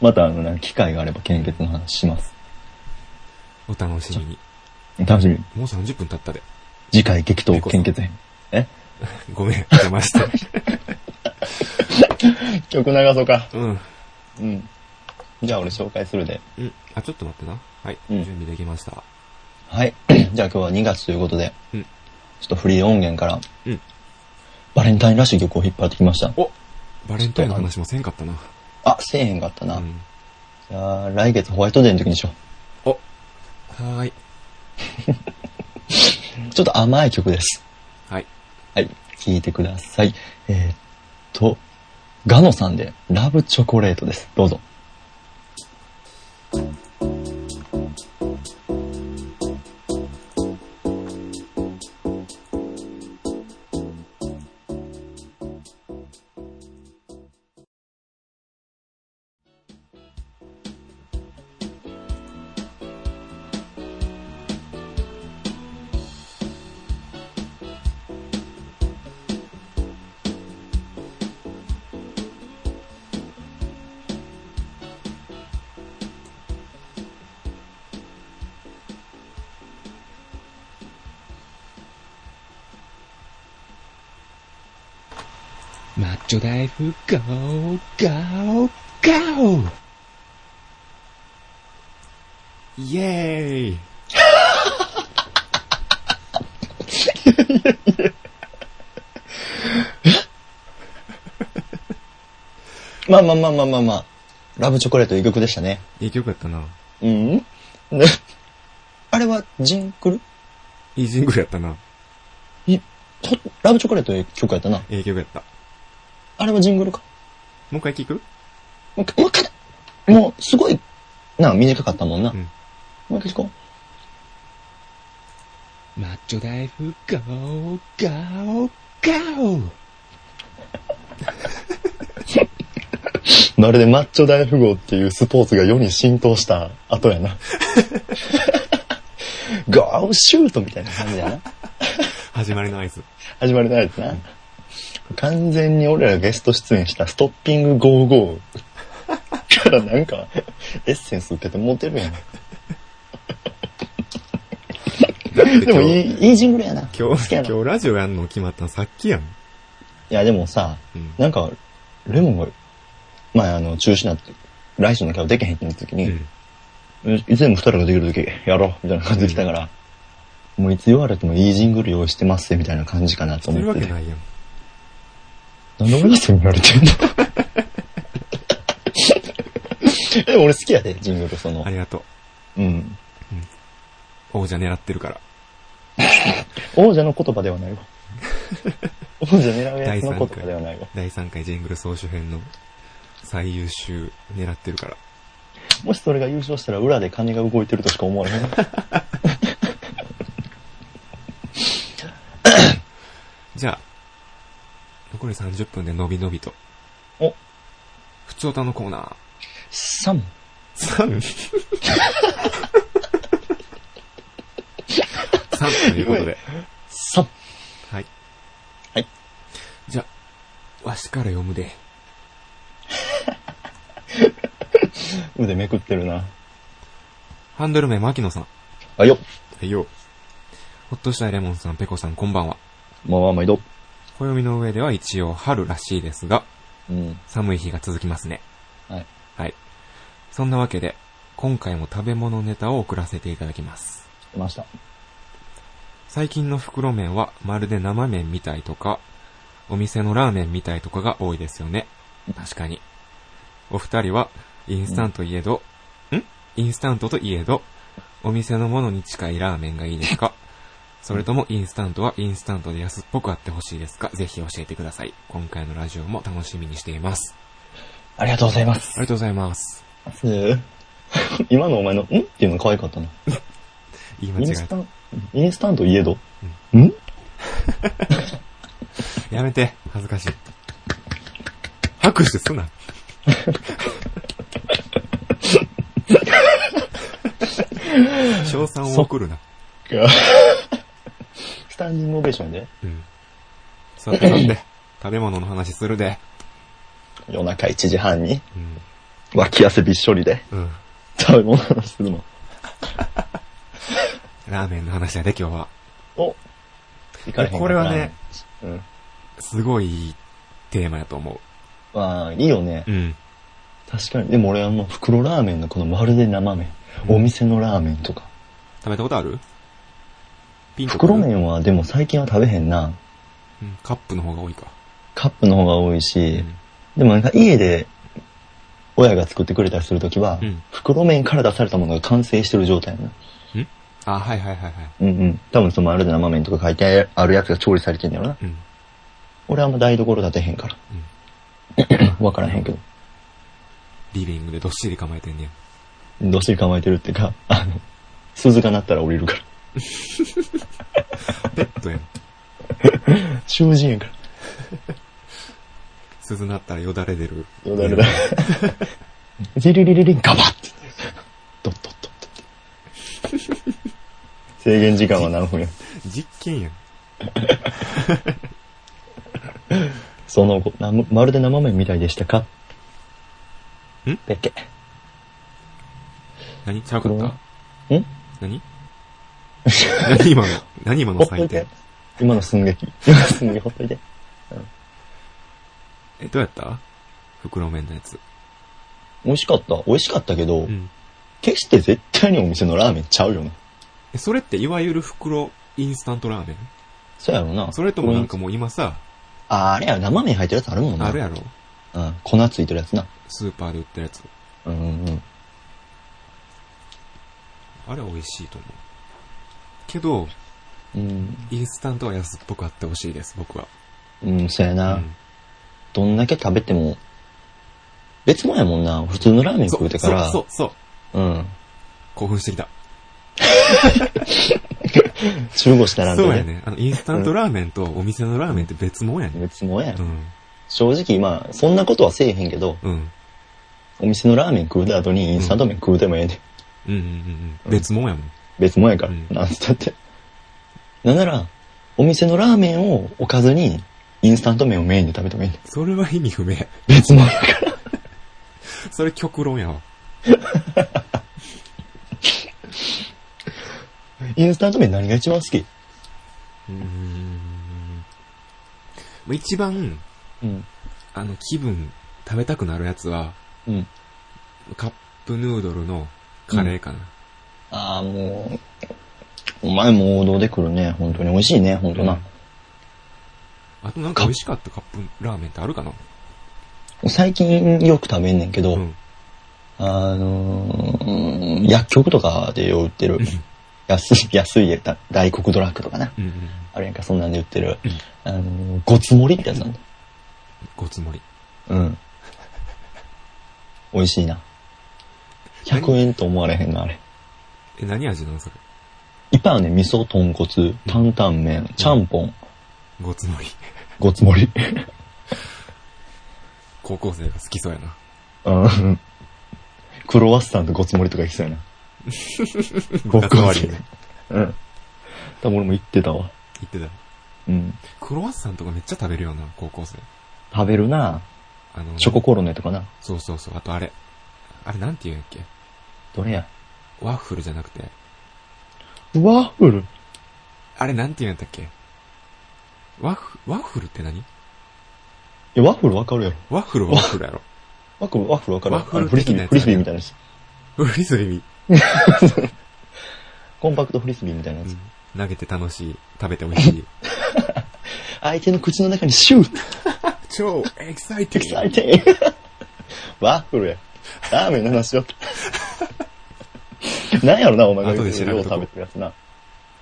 Speaker 2: またあの、なんか機会があれば献血の話します。
Speaker 1: お楽しみに。
Speaker 2: 楽しみ。
Speaker 1: もう30分経ったで。
Speaker 2: 次回激闘献血編。え
Speaker 1: ごめん、邪魔して。
Speaker 2: 曲流そうか。
Speaker 1: うん。
Speaker 2: うん。じゃあ俺紹介するで。
Speaker 1: うん。あ、ちょっと待ってな。はい。
Speaker 2: うん
Speaker 1: 準備できました。
Speaker 2: はい。 じゃあ今日は2月ということで、
Speaker 1: うん
Speaker 2: ちょっとフリー音源から、
Speaker 1: うん
Speaker 2: バレンタインらしい曲を引っ張ってきました。
Speaker 1: おバレンタインの話もせんかったな。
Speaker 2: あ、せえへんかったな。
Speaker 1: うん。
Speaker 2: じゃあ来月ホワイトデーの時にしよ
Speaker 1: おはーい。
Speaker 2: う。ちょっと甘い曲です。
Speaker 1: はい。
Speaker 2: はい。聴いてください。えー、っと、ガノさんで、ラブチョコレートです。どうぞ。
Speaker 3: マッチョ大福、ゴー、ゴー、ゴー
Speaker 1: イエーイ
Speaker 2: まあまあまあまあまあまあ、ラブチョコレートいい曲でしたね。
Speaker 1: いい曲やったな。
Speaker 2: うんであれはジンクル
Speaker 1: いいジングルやったな。
Speaker 2: いとラブチョコレートいう曲やったな。
Speaker 1: ええ曲やった。も
Speaker 2: あれはジングルか。
Speaker 1: う一回聞く
Speaker 2: もう一回、もう一回もうすごい、な、短かったもんな。
Speaker 1: うん
Speaker 2: もう一回聞こ
Speaker 3: マッチョ大福、ゴー、ゴー、ゴー
Speaker 2: う。まるでマッチョ大富豪っていうスポーツが世に浸透した後 やな。ゴーシュートみたいな感じやな。
Speaker 1: 始まりの合図。
Speaker 2: 始まりのやつな。完全に俺らゲスト出演したストッピング55からなんか、エッセンス受けてモテるやん。 でもいい、いいジングルやな。
Speaker 1: 今
Speaker 2: 好き
Speaker 1: 日、
Speaker 2: やな。い
Speaker 1: 今日ラジオやんの決まったのさっきやん。
Speaker 2: や、でもさ、
Speaker 1: うん。
Speaker 2: なんか、レモンが、前あの、中止になって、来週のキャブできへんってなった時
Speaker 1: う
Speaker 2: に、
Speaker 1: ん。
Speaker 2: いつでも二人ができる時、やろうみたいな感じで来たから、もういつ言われてもいいジングル用意してますみたいな感じかなと
Speaker 1: する
Speaker 2: 思
Speaker 1: わ
Speaker 2: って
Speaker 1: け
Speaker 2: て。
Speaker 1: ないやん。
Speaker 2: なんで俺のせいにられてんのえ、俺好きや で、ジングル、その
Speaker 1: あ。りがとう。
Speaker 2: うん。
Speaker 1: 王者狙ってるから。
Speaker 2: 王者の言葉では ないわ。王者狙うやつの言葉ではないわ。
Speaker 1: 第3回ジングル総集編の最優秀狙ってるから。
Speaker 2: もしそれが優勝したら裏で金が動いてるとしか思われへん。
Speaker 1: じゃあ、残り30分でのびのびと。
Speaker 2: お、
Speaker 1: 普通歌のコーナー。
Speaker 2: サム。
Speaker 1: 3。3ということで。
Speaker 2: サム。
Speaker 1: はい。
Speaker 2: はい。
Speaker 1: じゃあ、わしから読むで。
Speaker 2: 腕めくってるな。
Speaker 1: ハンドル名、牧野さん。
Speaker 2: あ、よっ。
Speaker 1: はいよ。ほっとしたいレモンさん、ペコさん、こんばんは。
Speaker 2: まあまあまあ、いど。
Speaker 1: 暦の上では一応春らしいですが、
Speaker 2: うん。
Speaker 1: 寒い日が続きますね。
Speaker 2: はい。
Speaker 1: はい。そんなわけで、今回も食べ物ネタを送らせていただきます。
Speaker 2: 出ました。
Speaker 1: 最近の袋麺はまるで生麺みたいとか、お店のラーメンみたいとかが多いですよね。確かに。お二人は、インスタントいえど、んインスタントといえど、お店のものに近いラーメンがいいですかそれともインスタントはインスタントで安っぽくあってほしいですかぜひ教えてください。今回のラジオも楽しみにしています。
Speaker 2: ありがとうございま
Speaker 1: あ
Speaker 2: す。
Speaker 1: りがとうございます。
Speaker 2: 今のお前の、んっていうの可愛かったな。
Speaker 1: 言い間
Speaker 2: イ
Speaker 1: 違
Speaker 2: ン
Speaker 1: え
Speaker 2: ス
Speaker 1: た
Speaker 2: タ。ン、インスタントいえど。ん
Speaker 1: やめて。恥ずかしい。拍手 すな。賞賛を送るな。
Speaker 2: スタンディングオベーションで
Speaker 1: うん。座って座って。食べ物の話するで。
Speaker 2: 夜中1時半に、
Speaker 1: うん。
Speaker 2: 脇汗びっしょりで、
Speaker 1: うん。
Speaker 2: 食べ物の話するの。
Speaker 1: ラーメンの話やで、今日は。
Speaker 2: お、行かれへん
Speaker 1: これはね
Speaker 2: から。うん。
Speaker 1: すごいいいテーマやと思
Speaker 2: まあ、いいよね
Speaker 1: う。。うん。
Speaker 2: 確かに。でも俺はもう袋ラーメンのこのまるで生麺。お店のラーメンとか。
Speaker 1: 食べたことあるピンとくる
Speaker 2: 袋麺はでも最近は食べへんな。
Speaker 1: うんカップの方が多いか。
Speaker 2: カップの方が多いし、
Speaker 1: うん
Speaker 2: でもなんか家で親が作ってくれたりするときは、
Speaker 1: うん
Speaker 2: 袋麺から出されたものが完成してる状態やな。
Speaker 1: あ、はいはいはいはい。
Speaker 2: うんうん。多分そのまるで生麺とか書いてあるやつが調理されてんだろうな。
Speaker 1: うん。
Speaker 2: 俺はあんま台所立てへんから。わ、からへんけど。
Speaker 1: リビングでどっしり構えてんねや。
Speaker 2: どうして構えてるっていうか、あの、鈴が鳴ったら降りるから。
Speaker 1: ペットやん。
Speaker 2: 囚人やから。
Speaker 1: 鈴鳴ったらよだれ出る。
Speaker 2: よだれだ。ジリリリリンガバッて。ドッドッドッドッ制限時間は何分や
Speaker 1: 実験やん。
Speaker 2: その後、なまるで生麺みたいでしたか
Speaker 1: ん
Speaker 2: ペッケ。
Speaker 1: 何ちゃうかっ
Speaker 2: 袋
Speaker 1: た
Speaker 2: ん
Speaker 1: 何何今の、何今の
Speaker 2: ほっと
Speaker 1: 採
Speaker 2: いて
Speaker 1: 点。。
Speaker 2: 今の 寸劇。今の寸劇ほっといて。
Speaker 1: え、どうやった袋麺のやつ。
Speaker 2: 美味しかった。美味しかったけど、
Speaker 1: うん。
Speaker 2: 決して絶対にお店のラーメンちゃうよな。
Speaker 1: え、それっていわゆる袋インスタントラーメン
Speaker 2: そうやろな。
Speaker 1: それともなんかもう今さ、
Speaker 2: あ、あれや、生麺入ってるやつあるもんな。
Speaker 1: あるやろ
Speaker 2: うん。粉ついてるやつな。
Speaker 1: スーパーで売ってるやつ。
Speaker 2: うんうん。
Speaker 1: あれは美味しいと思う。けど、
Speaker 2: うん。
Speaker 1: インスタントは安っぽくあってほしいです、僕は。
Speaker 2: うん、そうやな。
Speaker 1: うん
Speaker 2: どんだけ食べても、別もんやもんな。普通のラーメン食うてから。
Speaker 1: そう、そう、そう。
Speaker 2: うん。
Speaker 1: 興奮してきた。
Speaker 2: 中腰並んで
Speaker 1: そうや。ね。あの、インスタントラーメンとお店のラーメンって別物やね。
Speaker 2: 別もんや
Speaker 1: う。ん。
Speaker 2: 正直、まあ、そんなことはせえへんけど、
Speaker 1: うん。
Speaker 2: お店のラーメン食うた後にインスタント麺食うてもええで。
Speaker 1: うんうんうんうん。別物やもん。
Speaker 2: 別もんやか
Speaker 1: う
Speaker 2: ら。
Speaker 1: ん
Speaker 2: なんつったって。なんなら、お店のラーメンをおかずに、インスタント麺をメインで食べてもいいんだ。
Speaker 1: それは意味不明。
Speaker 2: 別もんやから。
Speaker 1: それ極論やわ。
Speaker 2: インスタント麺何が一番好き
Speaker 1: うーん。一番、
Speaker 2: うん。
Speaker 1: あの、気分、食べたくなるやつは、
Speaker 2: うん。
Speaker 1: カップヌードルのカレーかな。
Speaker 2: ああ、もう、お前も王道で来るね。本当に美味しいね、本当な。
Speaker 1: あとなんか美味しかったカップラーメンってあるかな
Speaker 2: 最近よく食べんねんけど、
Speaker 1: うん。
Speaker 2: あのー、薬局とかでよう売ってる。安い、安いだ大黒ドラッグとかな。
Speaker 1: うんうんうん。
Speaker 2: あれやんか、そんなんで売ってる。あのー、ごつ盛りってやつなんだ。
Speaker 1: ごつ盛り。
Speaker 2: うん。美味しいな。100円と思われへんな、あれ。
Speaker 1: え、何味なのそれ。
Speaker 2: いっぱいあるねん、味噌、豚骨、担々麺、ちゃんぽん、
Speaker 1: ごつ盛り。
Speaker 2: ごつ盛り。
Speaker 1: 高校生が好きそうやな。
Speaker 2: うん。クロワッサンとごつ盛りとか行きそうやな。ごつ盛りね。うん。多分俺も行ってたわ。
Speaker 1: 言ってた。
Speaker 2: うん。
Speaker 1: クロワッサンとかめっちゃ食べるよな、高校生。
Speaker 2: 食べるな
Speaker 1: あの、
Speaker 2: チョココロネとかな。
Speaker 1: そうそうそう。あとあれ。あれなんて言うんやっけ
Speaker 2: どれや
Speaker 1: ワッフルじゃなくて。
Speaker 2: ワッフル
Speaker 1: あれなんて言うんやったっけワッフ、ワッフルって何
Speaker 2: いや、ワッフルわかるやろ。
Speaker 1: ワッフルはワッフルやろ。
Speaker 2: ワッフル、ワッフルわかる
Speaker 1: ワッフル
Speaker 2: あのフリスビ
Speaker 1: 的なやつ
Speaker 2: ー、フリスビーみたいなやつ。
Speaker 1: フリスビー。
Speaker 2: コンパクトフリスビーみたいなやつ。
Speaker 1: 投げて楽しい。食べて美味しい。
Speaker 2: 相手の口の中にシューって
Speaker 1: 超エキサイティング。
Speaker 2: 咲いて。 ワッフルや。ラーメンの話よった。なんやろな、お前が
Speaker 1: 後
Speaker 2: 言
Speaker 1: で調
Speaker 2: うて
Speaker 1: べ
Speaker 2: 量
Speaker 1: とこう
Speaker 2: 食べてるやつな。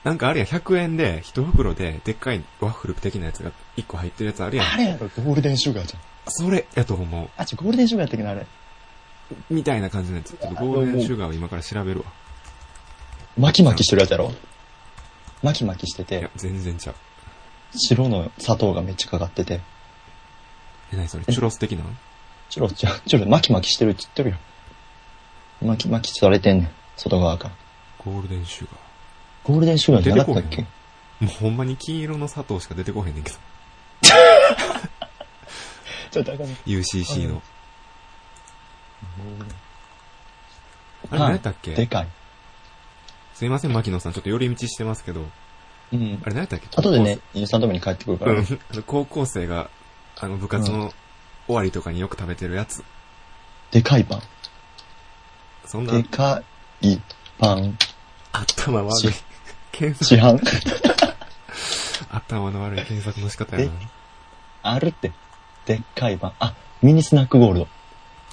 Speaker 1: なんかあれや、100円で、一袋で、でっかいワッフル的なやつが1個入ってるやつあるやん。
Speaker 2: あれやろ、ゴールデンシュガーじゃん。
Speaker 1: それやと思
Speaker 2: あ、ちょ、ゴールデンシュガーやったっけな、あれ。
Speaker 1: う。みたいな感じのやつ。ちょっとゴールデンシュガーを今から調べるわ。
Speaker 2: 巻き巻きしてるやつやろ。巻き巻きして
Speaker 1: い
Speaker 2: て
Speaker 1: や、、全然ちゃう。
Speaker 2: 白の砂糖がめっちゃかかってて。
Speaker 1: え、なにそれチュロス的なの
Speaker 2: チュロちゃん、チュロ巻き巻きしてるって言ってるよ。巻き巻きされてんねん、外側から。
Speaker 1: ゴールデンシュガー。
Speaker 2: ゴールデンシュガーじゃなかったっ
Speaker 1: 出
Speaker 2: け
Speaker 1: てもうほんまに金色の砂糖しか出てこへんねんけど。
Speaker 2: ちょっと高め。
Speaker 1: UCC の。あれ何やったっ
Speaker 2: で
Speaker 1: け
Speaker 2: かい。
Speaker 1: すいません、牧野さん。ちょっと寄り道してますけど、
Speaker 2: うん
Speaker 1: あ。れ何やったっけ
Speaker 2: 後でね、インスタント麺に帰ってくるか
Speaker 1: 高校
Speaker 2: ら。
Speaker 1: 生うん。あの 高校生が、あの、部活の終わりとかによく食べてるやつ。
Speaker 2: でかいパン。
Speaker 1: そんな
Speaker 2: で、かいパン。
Speaker 1: 頭悪い
Speaker 2: し。
Speaker 1: 検索、
Speaker 2: 市 販
Speaker 1: 頭の悪い検索の仕方やな。
Speaker 2: あるって。でっかいパン。あ、ミニスナックゴールド。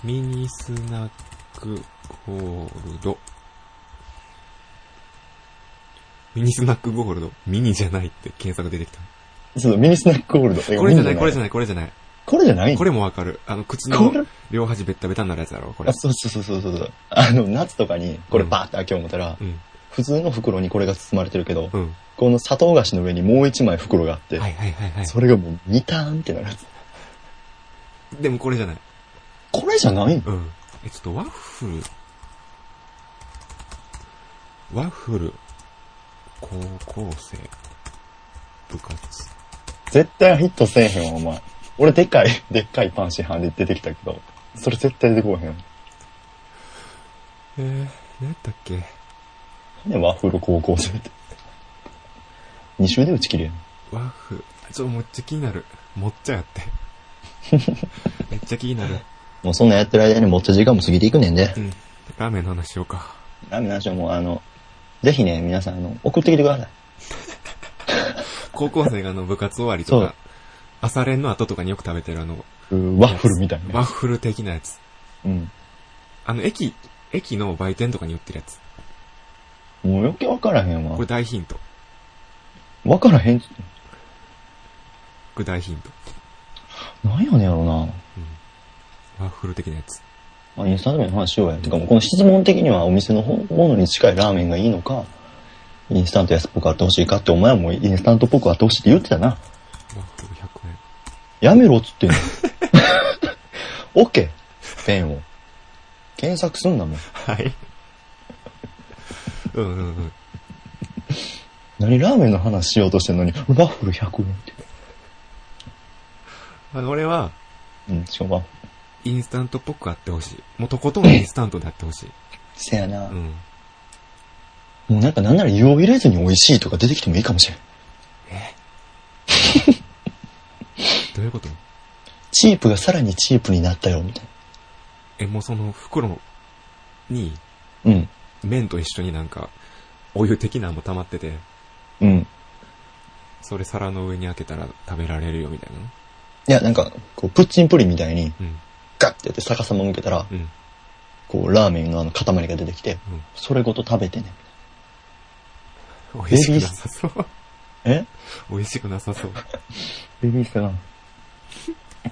Speaker 1: ミニスナックゴールド。ミニスナックゴールド。ミニじゃないって検索出てきた。
Speaker 2: そう、ミニスナックゴールド。
Speaker 1: これじゃない、
Speaker 2: ミニ
Speaker 1: これじゃない、これじゃない。
Speaker 2: これじゃない
Speaker 1: これもわかる。あの、靴
Speaker 2: こ
Speaker 1: の
Speaker 2: れ
Speaker 1: 両端ベッタベタになるやつだろ、これ
Speaker 2: あ、。そうそうそうそうそう。あの、夏とかに、これ
Speaker 1: うん
Speaker 2: バーって開けよう思ったら、
Speaker 1: うん。
Speaker 2: 普通の袋にこれが包まれてるけど、
Speaker 1: うん。
Speaker 2: この砂糖菓子の上にもう一枚袋があって、
Speaker 1: はいはいはいはい。
Speaker 2: それがもう2ターンってなるやつ。
Speaker 1: でもこれじゃない。
Speaker 2: これじゃないの
Speaker 1: うん。え、ちょっとワッフル。ワッフル。高校生。部活。
Speaker 2: 絶対ヒットせえへんわ、お前。俺でっかい、でっかいパン市販で出てきたけど、それ絶対出てこうへんわ。
Speaker 1: えー、何やったっけ
Speaker 2: ね、ワッフル高校生って。2週で打ち切るやん。
Speaker 1: ワッフル。ちょ、もっちゃ気になる。もっちゃや って。めっちゃ気になる。
Speaker 2: もうそんなんやってる間にもっちゃ時間も過ぎていくねんで
Speaker 1: う。ん。ラーメンの話しようか。
Speaker 2: ダメなんしょ、もうあの、ぜひね、皆さん、あの、送ってきてください。
Speaker 1: 高校生があの部活終わりとか、朝練の後とかによく食べてるあの、
Speaker 2: うんワッフルみたいな。
Speaker 1: ワッフル的なやつ。
Speaker 2: うん。
Speaker 1: あの、駅、駅の売店とかに売ってるやつ。
Speaker 2: もう余計わからへん
Speaker 1: こ
Speaker 2: わ
Speaker 1: れ。大ヒント。こ
Speaker 2: わからへん。
Speaker 1: れ大ヒント。
Speaker 2: なんやねんやろな。
Speaker 1: ワッフル的なやつ。
Speaker 2: まあ、インスタント麺の話しようや。てかもうこの質問的にはお店のほものに近いラーメンがいいのか、インスタント安っぽくあってほしいかって、お前はもうインスタントっぽくあってほしいって言ってたな。
Speaker 1: ワッフル100円。
Speaker 2: やめろっつってんの。 オッケーペンを。検索すんなもん。
Speaker 1: はい。 うんうんうん。
Speaker 2: 何ラーメンの話しようとしてんのに、ワッフル100円って。
Speaker 1: あの、俺は、
Speaker 2: うん、しかもワッフル。
Speaker 1: インスタントっぽくあってほしい。もうとことんインスタントであってほしい。
Speaker 2: せやな。
Speaker 1: うん。
Speaker 2: もうなんかなんなら湯を入れずに美味しいとか出てきてもいいかもしれん。
Speaker 1: どういうこと
Speaker 2: チープがさらにチープになったよ、みたい
Speaker 1: え、もうその袋に、
Speaker 2: な。うん。
Speaker 1: 麺と一緒になんか、お湯的なんも溜まってて、
Speaker 2: うん。
Speaker 1: それ皿の上に開けたら食べられるよみたいな。
Speaker 2: いや、なんか、こう、プッチンプリンみたいに、
Speaker 1: うん。
Speaker 2: ガッてやって逆さま向けたら、
Speaker 1: うん。
Speaker 2: こう、ラーメンのあの塊が出てきて、
Speaker 1: うん
Speaker 2: それごと食べてね。
Speaker 1: 美味しくなさそう。
Speaker 2: え
Speaker 1: 美味しくなさそう。
Speaker 2: ベビースかな。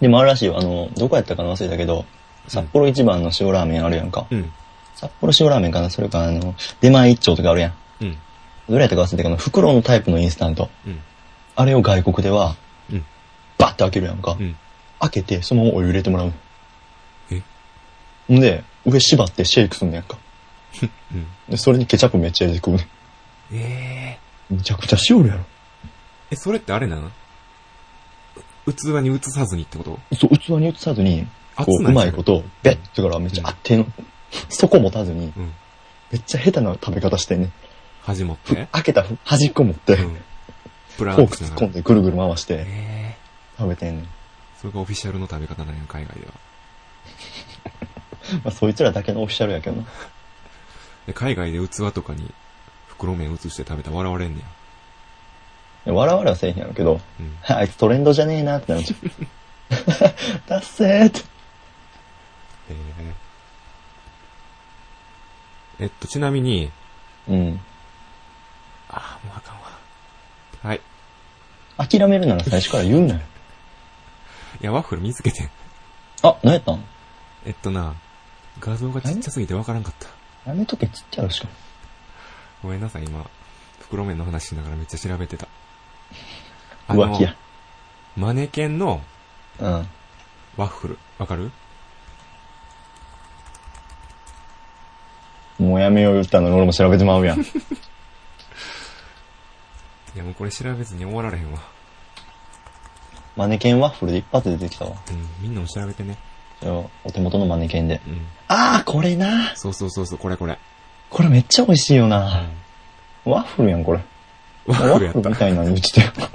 Speaker 2: でもあるらしいよ。あの、どこやったかな忘れたけど、札幌一番の塩ラーメンあるやんか。
Speaker 1: うん。
Speaker 2: 札幌塩ラーメンかなそれか、あの、出前一丁とかあるやん。
Speaker 1: うん。
Speaker 2: どれやったか忘れたけど、袋のタイプのインスタント。
Speaker 1: うん。
Speaker 2: あれを外国では、
Speaker 1: うん。
Speaker 2: バッて開けるやんか。
Speaker 1: うん。
Speaker 2: 開けて、そのままお湯入れてもらう。
Speaker 1: え
Speaker 2: んで、上縛ってシェイクすんねやんか。
Speaker 1: うん。
Speaker 2: で、それにケチャップめっちゃ入れてくるね。
Speaker 1: ええ
Speaker 2: むちゃくちゃしおるやろ。
Speaker 1: え、それってあれなのう器に移さずにってこと
Speaker 2: そう、器に移さずに、こ
Speaker 1: 熱
Speaker 2: う、
Speaker 1: な
Speaker 2: う
Speaker 1: い
Speaker 2: まいこと、ベッてからめっちゃあっての、そこ持たずに、
Speaker 1: うん。
Speaker 2: めっちゃ下手な食べ方してんね。
Speaker 1: 端持って。
Speaker 2: 開けた端っこ持って、
Speaker 1: う
Speaker 2: フ
Speaker 1: ん。プラ
Speaker 2: ォ
Speaker 1: ン
Speaker 2: ーク
Speaker 1: し
Speaker 2: 突
Speaker 1: なが
Speaker 2: っ込
Speaker 1: ら
Speaker 2: ん。でぐるぐる回して
Speaker 1: ええ
Speaker 2: 食べてんねん。
Speaker 1: それがオフィシャルの食べ方なんや、海外では。
Speaker 2: まあ、そいつらだけのオフィシャルやけどな。
Speaker 1: で、海外で器とかに袋麺移して食べたら笑われんねや。
Speaker 2: で笑われはせえへんやろけど、
Speaker 1: うん。
Speaker 2: あいつトレンドじゃねえなってなっちゃ う。達成って。
Speaker 1: えええっと、ちなみに、
Speaker 2: うん。
Speaker 1: ああ、もうあかんわ。はい。
Speaker 2: 諦めるなら最初から言うなよ。
Speaker 1: いや、ワッフル見つけてん。
Speaker 2: あ、何やったん
Speaker 1: えっとな、画像がちっちゃすぎてわからんかった。
Speaker 2: やめとけ、ちっちゃいのしか。
Speaker 1: ごめんなさい、今。袋麺の話しながらめっちゃ調べてた。
Speaker 2: 浮気や。
Speaker 1: マネケンの
Speaker 2: うん。
Speaker 1: ワッフル。わかる
Speaker 2: もうやめよう言ったのに俺も調べてまうやん。
Speaker 1: いや、もうこれ調べずに終わられへんわ。
Speaker 2: マネケンワッフルで一発で出てきたわ。
Speaker 1: うん、みんなも調べてね。
Speaker 2: じゃあお手元のマネケンで。
Speaker 1: うん。
Speaker 2: あー、これな。
Speaker 1: そうそうそうそう、これこれ。
Speaker 2: これめっちゃ美味しいよ
Speaker 1: う
Speaker 2: な。
Speaker 1: ん。
Speaker 2: ワッフルやん、これ。
Speaker 1: ワッ
Speaker 2: ワ
Speaker 1: フルや
Speaker 2: ッ
Speaker 1: っ
Speaker 2: フルみ
Speaker 1: た。
Speaker 2: たいなの言ってた よ。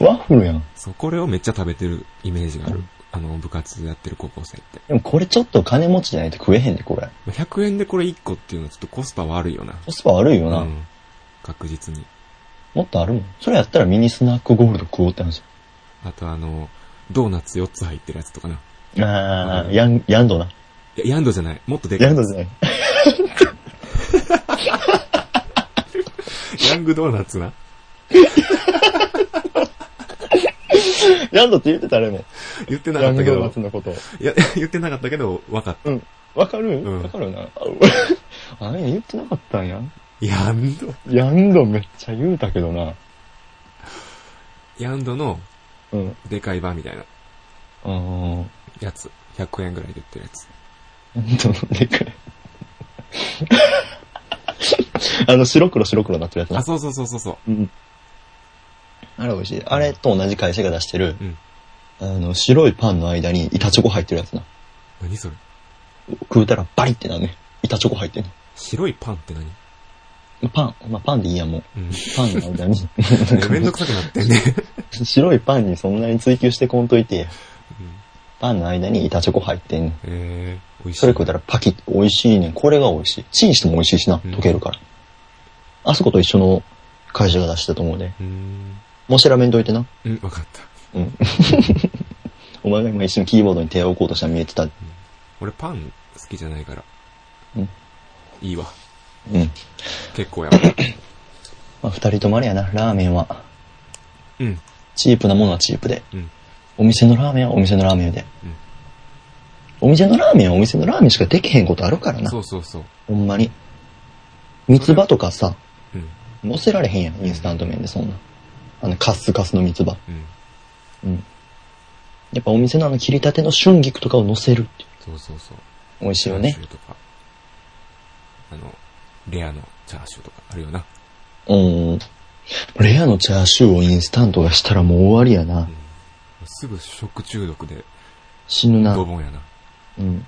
Speaker 2: ワッフルやん。
Speaker 1: そう、これをめっちゃ食べてるイメージがある。あの、部活やってる高校生って。
Speaker 2: でもこれちょっと金持ちじゃないと食えへんで、これ。
Speaker 1: まあ100円でこれ1個っていうのはちょっとコスパ悪いよな。
Speaker 2: コスパ悪いよな。
Speaker 1: うん。確実に。
Speaker 2: もっとあるもん。それやったらミニスナックゴールド食おうって話。
Speaker 1: あとあの、ドーナツ4つ入ってるやつとかな。
Speaker 2: ああ、ヤン、ヤンドな。
Speaker 1: いや、ヤンドじゃない。もっとでかい。
Speaker 2: ヤンドじゃない。
Speaker 1: ヤングドーナツな。
Speaker 2: ヤンドって言ってた、あれも。
Speaker 1: 言ってな
Speaker 2: ヤ
Speaker 1: か
Speaker 2: ン
Speaker 1: っ
Speaker 2: ド
Speaker 1: たけ
Speaker 2: ドーナ
Speaker 1: ど
Speaker 2: ツ。のこと。
Speaker 1: いや、 言ってなかったけど、分かっ
Speaker 2: うん。わかる
Speaker 1: うん
Speaker 2: わかるな。ああれ言ってなかったんや。
Speaker 1: た。ヤンド
Speaker 2: ヤンドめっちゃ言うたけどな。
Speaker 1: ヤンドの
Speaker 2: うん。
Speaker 1: でかい版みたいな
Speaker 2: ああ。
Speaker 1: やつ。100円ぐらいで売ってるやつ。
Speaker 2: 本当のでかい。 あの、白黒白黒になってるやつ
Speaker 1: あ、
Speaker 2: な。
Speaker 1: そうそうそうそうそう。
Speaker 2: うん。あれ美味しい。あれと同じ会社が出してる、
Speaker 1: うん
Speaker 2: あの、白いパンの間に板チョコ入ってるやつな。
Speaker 1: 何それ
Speaker 2: 食うたらバリってなんね。板チョコ入ってん
Speaker 1: 白いパンって何
Speaker 2: の。パン、まあ、パンでいいやんもう。
Speaker 1: うん。ね
Speaker 2: パンの間に。
Speaker 1: めんどくさくなってんね。
Speaker 2: 白いパンにそんなに追求してこんといてや
Speaker 1: うん
Speaker 2: パンの間に板チョコ入ってんねん。
Speaker 1: えー、美味しい。
Speaker 2: それ食うたらパキッ美味しいねん。これが美味しい。チンしても美味しいしな。
Speaker 1: うん
Speaker 2: 溶けるから。あそこと一緒の会社が出したと思うね。
Speaker 1: うーん。
Speaker 2: もう調べんといてな。
Speaker 1: うん、わかった。
Speaker 2: うん。 お前が今一瞬キーボードに手を置こうとしたら見えてた。うん。
Speaker 1: 俺パン好きじゃないから。
Speaker 2: うん
Speaker 1: いいわ。結構や わ。
Speaker 2: まあ、二人ともあれやな、ラーメンは。
Speaker 1: うん。
Speaker 2: チープなものはチープで。
Speaker 1: うん。
Speaker 2: お店のラーメンはお店のラーメンで。
Speaker 1: うん
Speaker 2: お店のラーメンはお店のラーメンしかできへんことあるからな。
Speaker 1: そうそうそう。
Speaker 2: ほんまに。三つ葉とかさ、
Speaker 1: うん。
Speaker 2: 乗せられへんやん、インスタント麺でそんな。あの、カッスカスの三つ葉。
Speaker 1: うん。
Speaker 2: うん。やっぱお店のあの切りたての春菊とかを乗せるっていう。
Speaker 1: そうそうそう。
Speaker 2: 美味しい
Speaker 1: チャ
Speaker 2: よ
Speaker 1: ー
Speaker 2: ね
Speaker 1: シュ。ーとか。あの、レアのチャーシューとかあるよな。
Speaker 2: うん。レアのチャーシューをインスタントがしたらもう終わりやな。
Speaker 1: すぐ食中毒で、
Speaker 2: 死ぬな
Speaker 1: ド。ボンやな。
Speaker 2: うん。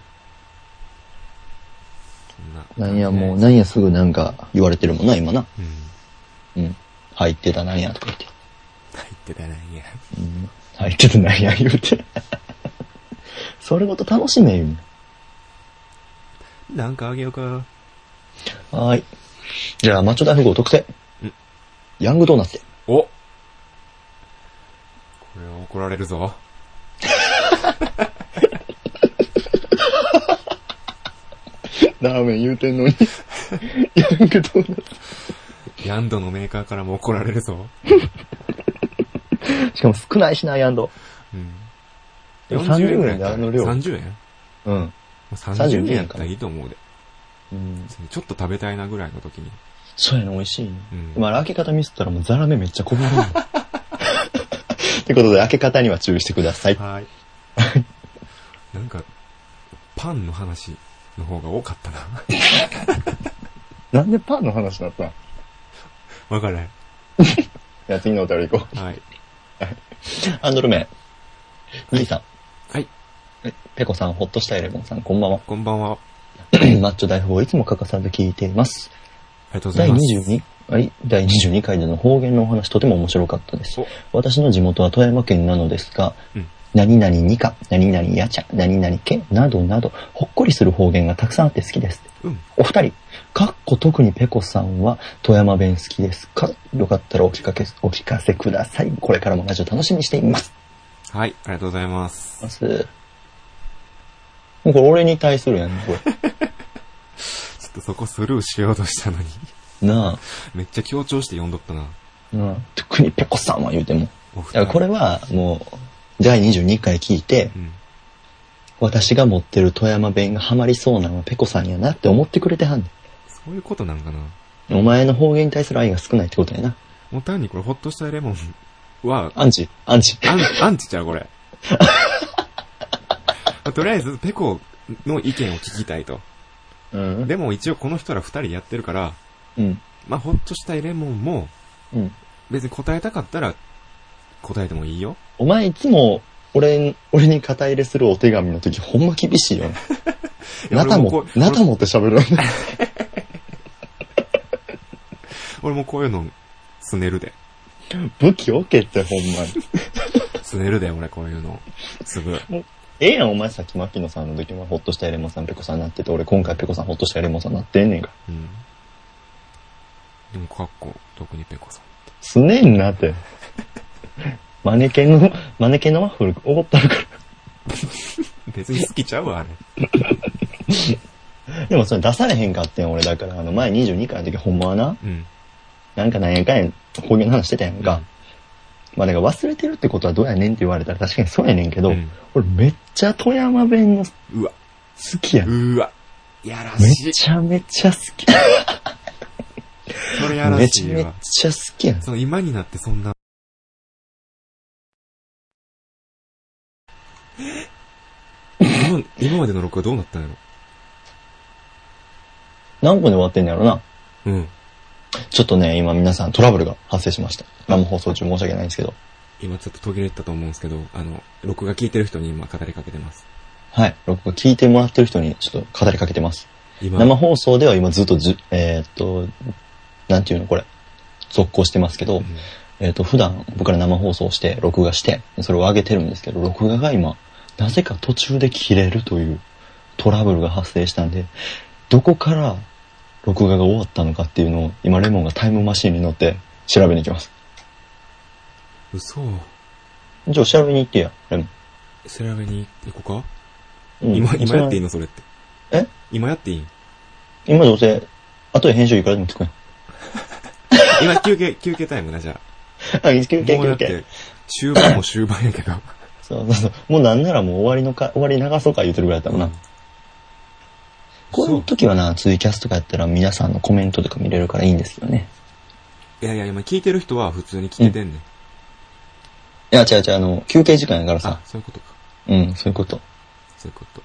Speaker 1: そんな。
Speaker 2: なんやもう、なんやすぐなんか言われてるもんな、今な。
Speaker 1: うん。
Speaker 2: うん。入ってたなんやとか言って。
Speaker 1: 入ってたなん や。
Speaker 2: うん。入ってたなんや言う て。それごと楽しめよ。
Speaker 1: なんかあげようか。
Speaker 2: はーい。じゃあ、マッチョ大富豪特製
Speaker 1: うん。
Speaker 2: ヤングドーナツで。
Speaker 1: おこれは怒られるぞ。
Speaker 2: ラーメン言うてんのに。ヤングドーナ
Speaker 1: ヤンドのメーカーからも怒られるぞ。
Speaker 2: ツ。しかも少ないしな、ヤンド。
Speaker 1: うん。
Speaker 2: でも
Speaker 1: やったら
Speaker 2: 30円であの量
Speaker 1: ?30 円
Speaker 2: うん。
Speaker 1: 30
Speaker 2: 32
Speaker 1: 円やったらいいと思うで。
Speaker 2: うん。
Speaker 1: 別にちょっと食べたいなぐらいの時に。
Speaker 2: そうやね、美味しいね。
Speaker 1: うん
Speaker 2: まあ、開け方ミスったらもうザラメめっちゃこぼれるよ。ってことで、開け方には注意してください。
Speaker 1: はい。 なんか、パンの話の方が多か ったな。
Speaker 2: なんでパンの話だったい
Speaker 1: わからへん。
Speaker 2: や、次のお便り行こ
Speaker 1: はい。
Speaker 2: う。ハンドル名。兄さん。
Speaker 1: はい。
Speaker 2: ペコさん、ホッとしたエレボンさん、こんばんは。
Speaker 1: こんばんは。あ
Speaker 2: マッチョ大富豪いつも欠かさず聞いています。
Speaker 1: りがとうござ
Speaker 2: 第
Speaker 1: います。
Speaker 2: 22、はい、第22回での方言のお話とても面白かったです
Speaker 1: お。
Speaker 2: 私の地元は富山県なのですが、
Speaker 1: うん
Speaker 2: 何々にか、何々やちゃ、何々け、などなど、ほっこりする方言がたくさんあって好きです。
Speaker 1: うん。
Speaker 2: お二人、かっこ特にペコさんは富山弁好きですかよかったらお聞かけ、お聞かせください。これからもラジオ楽しみにしています。
Speaker 1: はい、ありがとうございます。
Speaker 2: もうこれ俺に対するやん、こ
Speaker 1: ちょっとそこスルーしようとしたのに。
Speaker 2: れ。 な
Speaker 1: めっちゃ強調して読んどったな。
Speaker 2: あ、なあ、特にペコさんは言うても。
Speaker 1: お二
Speaker 2: だからこれはもう、第22回聞いて
Speaker 1: う、ん。
Speaker 2: 私が持ってる富山弁がハマりそうなのはペコさんやなって思ってくれてはんね
Speaker 1: そういうことなんかな。
Speaker 2: ん。お前の方言に対する愛が少ないってことやな。
Speaker 1: もう単にこれ、ホッとしたレモンは、
Speaker 2: アンチ、アンチ。
Speaker 1: アン、 アンチちゃう、これ。とりあえず、ペコの意見を聞きたいと。
Speaker 2: うん。
Speaker 1: でも一応この人ら二人やってるから、
Speaker 2: うん。
Speaker 1: まあ、ホッとしたいレモンも、
Speaker 2: うん。
Speaker 1: 別に答えたかったら、答えてもいいよ。
Speaker 2: お前いつも、俺、俺に肩入れするお手紙の時ほんま厳しいよね。
Speaker 1: いや
Speaker 2: なた
Speaker 1: 俺
Speaker 2: も
Speaker 1: こ、う
Speaker 2: なたもって喋るよね。
Speaker 1: 俺もこういうの、すねるで。
Speaker 2: 武器置けって、ほんまに。
Speaker 1: すねるで、俺こういうの。すぐ。
Speaker 2: ええやん、お前さっき牧野さんの時はほっとしたエレモンさん、ペコさんなってて、俺今回ペコさんほっとしたエレモンさんなってんねんから。
Speaker 1: うん。でも、かっこ、特にペコさん。
Speaker 2: すねん なって。マネケンの、マネケンのワッフルおごったるか
Speaker 1: 別に好きちゃうわ、あれ。
Speaker 2: ら。でもそれ出されへんかってん、俺だから、あの前22回の時ほんまはな、
Speaker 1: うん。
Speaker 2: なんか何やかんや、方言の話してたやんか。まあだから忘れてるってことはどうやねんって言われたら確かにそうやねんけど、
Speaker 1: うん
Speaker 2: 俺めっちゃ富山弁の好
Speaker 1: うわ、
Speaker 2: きやん。
Speaker 1: うわ。やら
Speaker 2: め
Speaker 1: しい。
Speaker 2: ちゃめちゃ好き。
Speaker 1: それやら
Speaker 2: め
Speaker 1: し
Speaker 2: ち
Speaker 1: い
Speaker 2: ゃめ
Speaker 1: わ。
Speaker 2: ちゃ好きやん。
Speaker 1: その今になってそ んな。今、今までの録画どうなったんやろ
Speaker 2: 何個で終わってんのやろな。
Speaker 1: うん。
Speaker 2: ちょっとね、今皆さんトラブルが発生しました。生放送中申し訳ないんですけど。
Speaker 1: 今ちょっと途切れてたと思うんですけど、あの、録画聞いてる人に今語りかけてます。
Speaker 2: はい。録画聞いてもらってる人にちょっと語りかけてます。
Speaker 1: 今、
Speaker 2: 生放送では今ずっとじゅ、えーっと、なんていうのこれ。続行してますけど、えーっと、普段僕ら生放送して、録画して、それを上げてるんですけど、録画が今、なぜか途中で切れるというトラブルが発生したんで、どこから録画が終わったのかっていうのを、今レモンがタイムマシンに乗って調べに行きます。
Speaker 1: 嘘。
Speaker 2: じゃあ調べに行ってや、レモン。
Speaker 1: 調べに行こうか、
Speaker 2: うん
Speaker 1: 今、
Speaker 2: そ
Speaker 1: 今
Speaker 2: れ
Speaker 1: やっていいのそれって。
Speaker 2: え
Speaker 1: 今やっていいん
Speaker 2: 今どうせ、後で編集いくらでもつくやん。
Speaker 1: 今休憩、休憩タイムな、じゃあ。
Speaker 2: あ、いけいけい
Speaker 1: もう
Speaker 2: け
Speaker 1: だ
Speaker 2: い
Speaker 1: っ
Speaker 2: け
Speaker 1: て。、終盤も終盤やけど。
Speaker 2: そうそうそう。もうなんならもう終わりのか、終わり流そうか言ってるぐらいだったもんな。こういう時はな、ツイキャスとかやったら皆さんのコメントとか見れるからいいんですけどね。
Speaker 1: いやいや、今聞いてる人は普通に聞いてんねん。
Speaker 2: いや、違う違う、あの、休憩時間やからさ
Speaker 1: あ、。そういうことか。
Speaker 2: うん、そういうこと。
Speaker 1: そういうこと。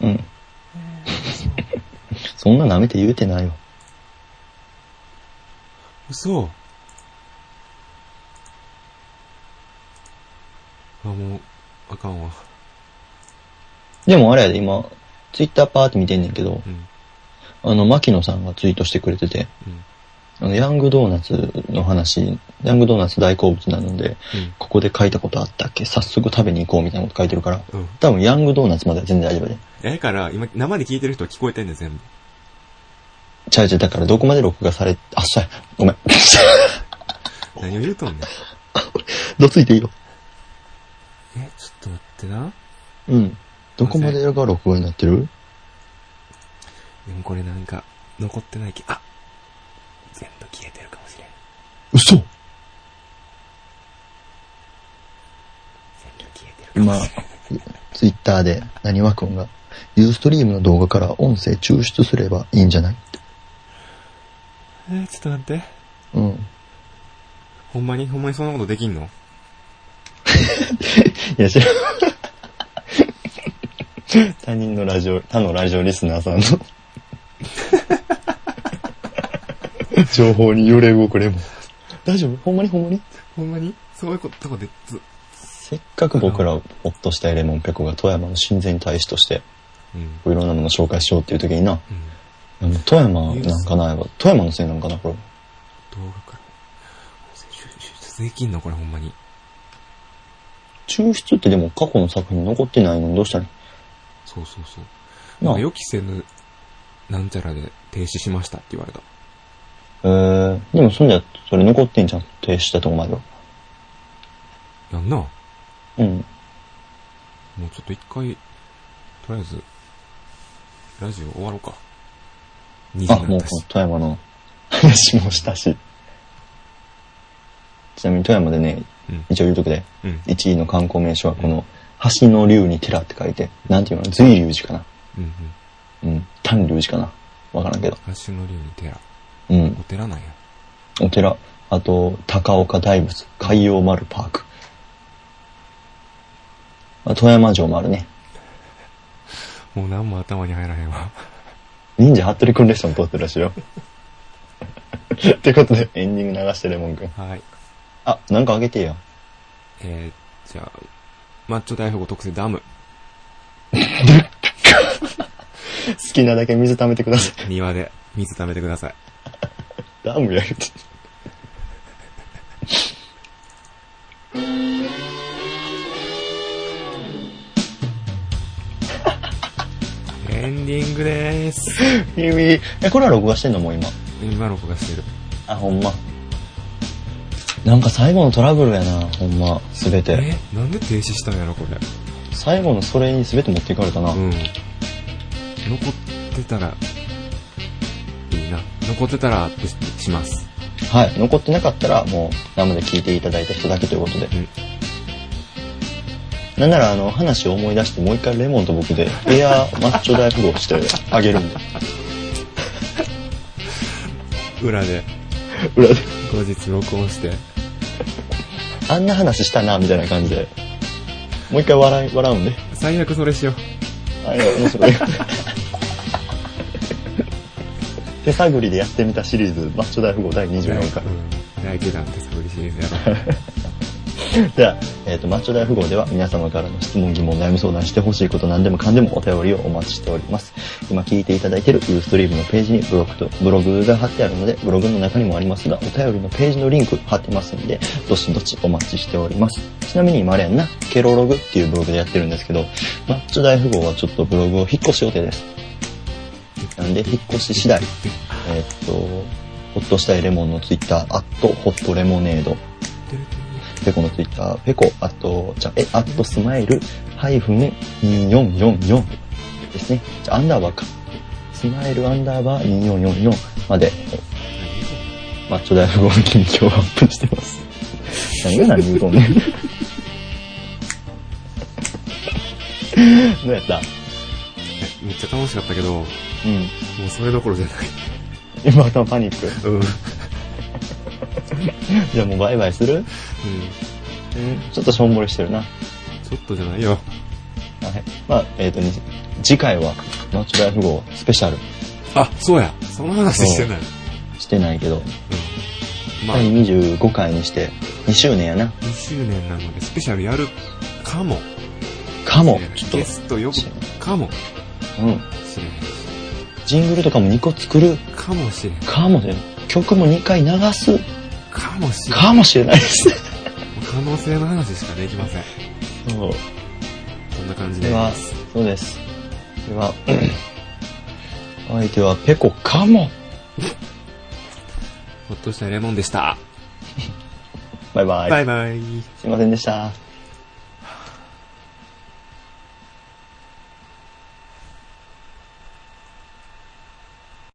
Speaker 2: うん。 そんな舐めて言うてないわ。
Speaker 1: 嘘あ、もう、あかんわ。
Speaker 2: でもあれやで、今、ツイッターパーって見てんねんけど
Speaker 1: う、ん。
Speaker 2: あの、牧野さんがツイートしてくれてて、
Speaker 1: うん。
Speaker 2: あの、ヤングドーナツの話、ヤングドーナツ大好物なので、ここで書いたことあったっけ早速食べに行こうみたいなこと書いてるから、
Speaker 1: うん。うん。
Speaker 2: 多分ヤングドーナツまでは全然大丈夫で。
Speaker 1: え、から、今、生で聞いてる人は聞こえてんねん、全部。
Speaker 2: ちゃうちゃう、だからどこまで録画され、あ、そうや、ごめん。
Speaker 1: 何を言うとんねん。
Speaker 2: どついていいよ。
Speaker 1: え、ちょっと待ってな。
Speaker 2: うん。どこまでが録画になってる
Speaker 1: でもこれなんか、残ってないけ、あ全部消えてるかもしれん。
Speaker 2: 嘘
Speaker 1: 全部消えてるかも
Speaker 2: 今
Speaker 1: しれん。、
Speaker 2: ツイッターで、何わくんが、ユーストリームの動画から音声抽出すればいいんじゃないって。
Speaker 1: えーちょっと待って。
Speaker 2: うん。
Speaker 1: ほんまにほんまにそんなことできんの
Speaker 2: いや、知らん 他人のラジオ、他のラジオリスナーさ んの、情報に揺れ動くレモン。大丈夫ほんまにほんまに
Speaker 1: ほんまにそういうこととこで、ず、
Speaker 2: せっかく僕らをほっとしたエレモンペコが富山の親善大使として、
Speaker 1: うん。
Speaker 2: いろんなものを紹介しようっていう時にな、
Speaker 1: うん。
Speaker 2: うん富山なんかないわ。富山のせいなんかな、これ。
Speaker 1: 動画から。手術できんのこれほんまに。
Speaker 2: 抽出ってでも過去の作品残ってないのにどうしたらい
Speaker 1: そうそうそう。
Speaker 2: い
Speaker 1: なん
Speaker 2: の
Speaker 1: か
Speaker 2: な
Speaker 1: 予期せぬ、なんちゃらで停止しましたって言われた。
Speaker 2: えー、でもそんじゃ、それ残ってんじゃん。停止したとこまでは。
Speaker 1: やんな。も
Speaker 2: うん。
Speaker 1: うちょっと一回、とりあえず、ラジオ終わろうか。2時に
Speaker 2: あ、
Speaker 1: な
Speaker 2: も
Speaker 1: っ
Speaker 2: う
Speaker 1: たし。
Speaker 2: 富山の話もしたし。ちなみに富山でね、
Speaker 1: うん。
Speaker 2: 一応言うとくで、
Speaker 1: うん。
Speaker 2: 1位の観光名所はこの、橋の竜に寺って書いて、なんていうの随竜寺かな
Speaker 1: うんうん。
Speaker 2: うん。丹竜寺かなわからんけど。
Speaker 1: 橋の竜に寺。
Speaker 2: うん
Speaker 1: お。寺なんや。
Speaker 2: お寺、あと、高岡大仏、海洋丸パーク。あ富山城もあるね。
Speaker 1: もう何も頭に入らへんわ。
Speaker 2: 忍者ハットリくんレッスン通ってるらしいよ。 ってことで、エンディング流してレモンくん。
Speaker 1: はい。
Speaker 2: あ、なんかあげてよ。
Speaker 1: えー、じゃあ、マッチョ大富豪特製ダム。
Speaker 2: 好きなだけ水溜めてください。
Speaker 1: 庭で水溜めてください。
Speaker 2: ダムやるって。
Speaker 1: エンディングです。
Speaker 2: え、これは録画してんのもう今。
Speaker 1: 今録画してる。
Speaker 2: あ、ほんま。なんか最後のトラブルやな、ほんま。すべて。
Speaker 1: えなんで停止したんやろ、これ。
Speaker 2: 最後のそれにすべて持っていかれたな。
Speaker 1: うん。残ってたら、いいな。残ってたらアップしします。
Speaker 2: はい。残ってなかったら、もう、生で聞いていただいた人だけということで。
Speaker 1: うん
Speaker 2: なんなら、あの、話を思い出して、もう一回レモンと僕で、エアーマッチョ大富豪してあげるんで。
Speaker 1: 裏で、
Speaker 2: 裏で。
Speaker 1: 後日録音して。
Speaker 2: あんな話したな、みたいな感じで。もう一回笑い、笑うんで。
Speaker 1: 最悪それしよう。
Speaker 2: あれ、面白い。 手探りでやってみたシリーズ、マッチョ大富豪第24回
Speaker 1: う。ん。大下段ってサブリシリーズ やろ。
Speaker 2: では、えっ、と、マッチョ大富豪では皆様からの質問、疑問、悩み相談してほしいこと何でもかんでもお便りをお待ちしております。今聞いていただいているユーストリームのページにブログと、ブログが貼ってあるので、ブログの中にもありますが、お便りのページのリンク貼ってますんで、どしどしお待ちしております。ちなみに今あれやんな、ケロログっていうブログでやってるんですけど、マッチョ大富豪はちょっとブログを引っ越し予定です。なんで、引っ越し次第、えっ、と、ホッとしたいレモンのツイッター、アットホットレモネード、ペコのツイッター、ペコ、あと、じゃあ、え、アットスマイル、ハイフン、2444ですね。じゃあ、アンダーバーか。スマイルアンダーバー2444まで、えマッチョ大富豪の近況をアップしてます。 何が何言うとんねん。どうやった
Speaker 1: えめっちゃ楽しかったけど、も
Speaker 2: うん。
Speaker 1: うそれどころじゃない。
Speaker 2: 今頭パニック。
Speaker 1: うん。うん。
Speaker 2: じゃあもうバイバイするちょっとしょんぼりしてるな。
Speaker 1: ちょっとじゃないよ。
Speaker 2: はい。まあ、えっ、と、に次回は、マッチョ大富豪スペシャル
Speaker 1: あ、そうや。その話してない。
Speaker 2: してないけど、
Speaker 1: うん。まあ、
Speaker 2: 第25回にして2周年やな。
Speaker 1: 2周年なので、スペシャルやるかも。
Speaker 2: かも、ちょっと
Speaker 1: ゲ、スト呼ぶかも
Speaker 2: うん。
Speaker 1: しれない。
Speaker 2: ジングルとかも2個作る
Speaker 1: かもしれん。
Speaker 2: かもしれない。曲も2回流す
Speaker 1: かもしれん。
Speaker 2: かもしれないです。
Speaker 1: 可能性の話しかできません。
Speaker 2: そう。
Speaker 1: こんな感じ
Speaker 2: で
Speaker 1: で。
Speaker 2: は、そうです。では、 お相手はペコかも。
Speaker 1: ほっとしたレモンでした。
Speaker 2: バイバイ。
Speaker 1: バイバイ。
Speaker 2: すいませんでした。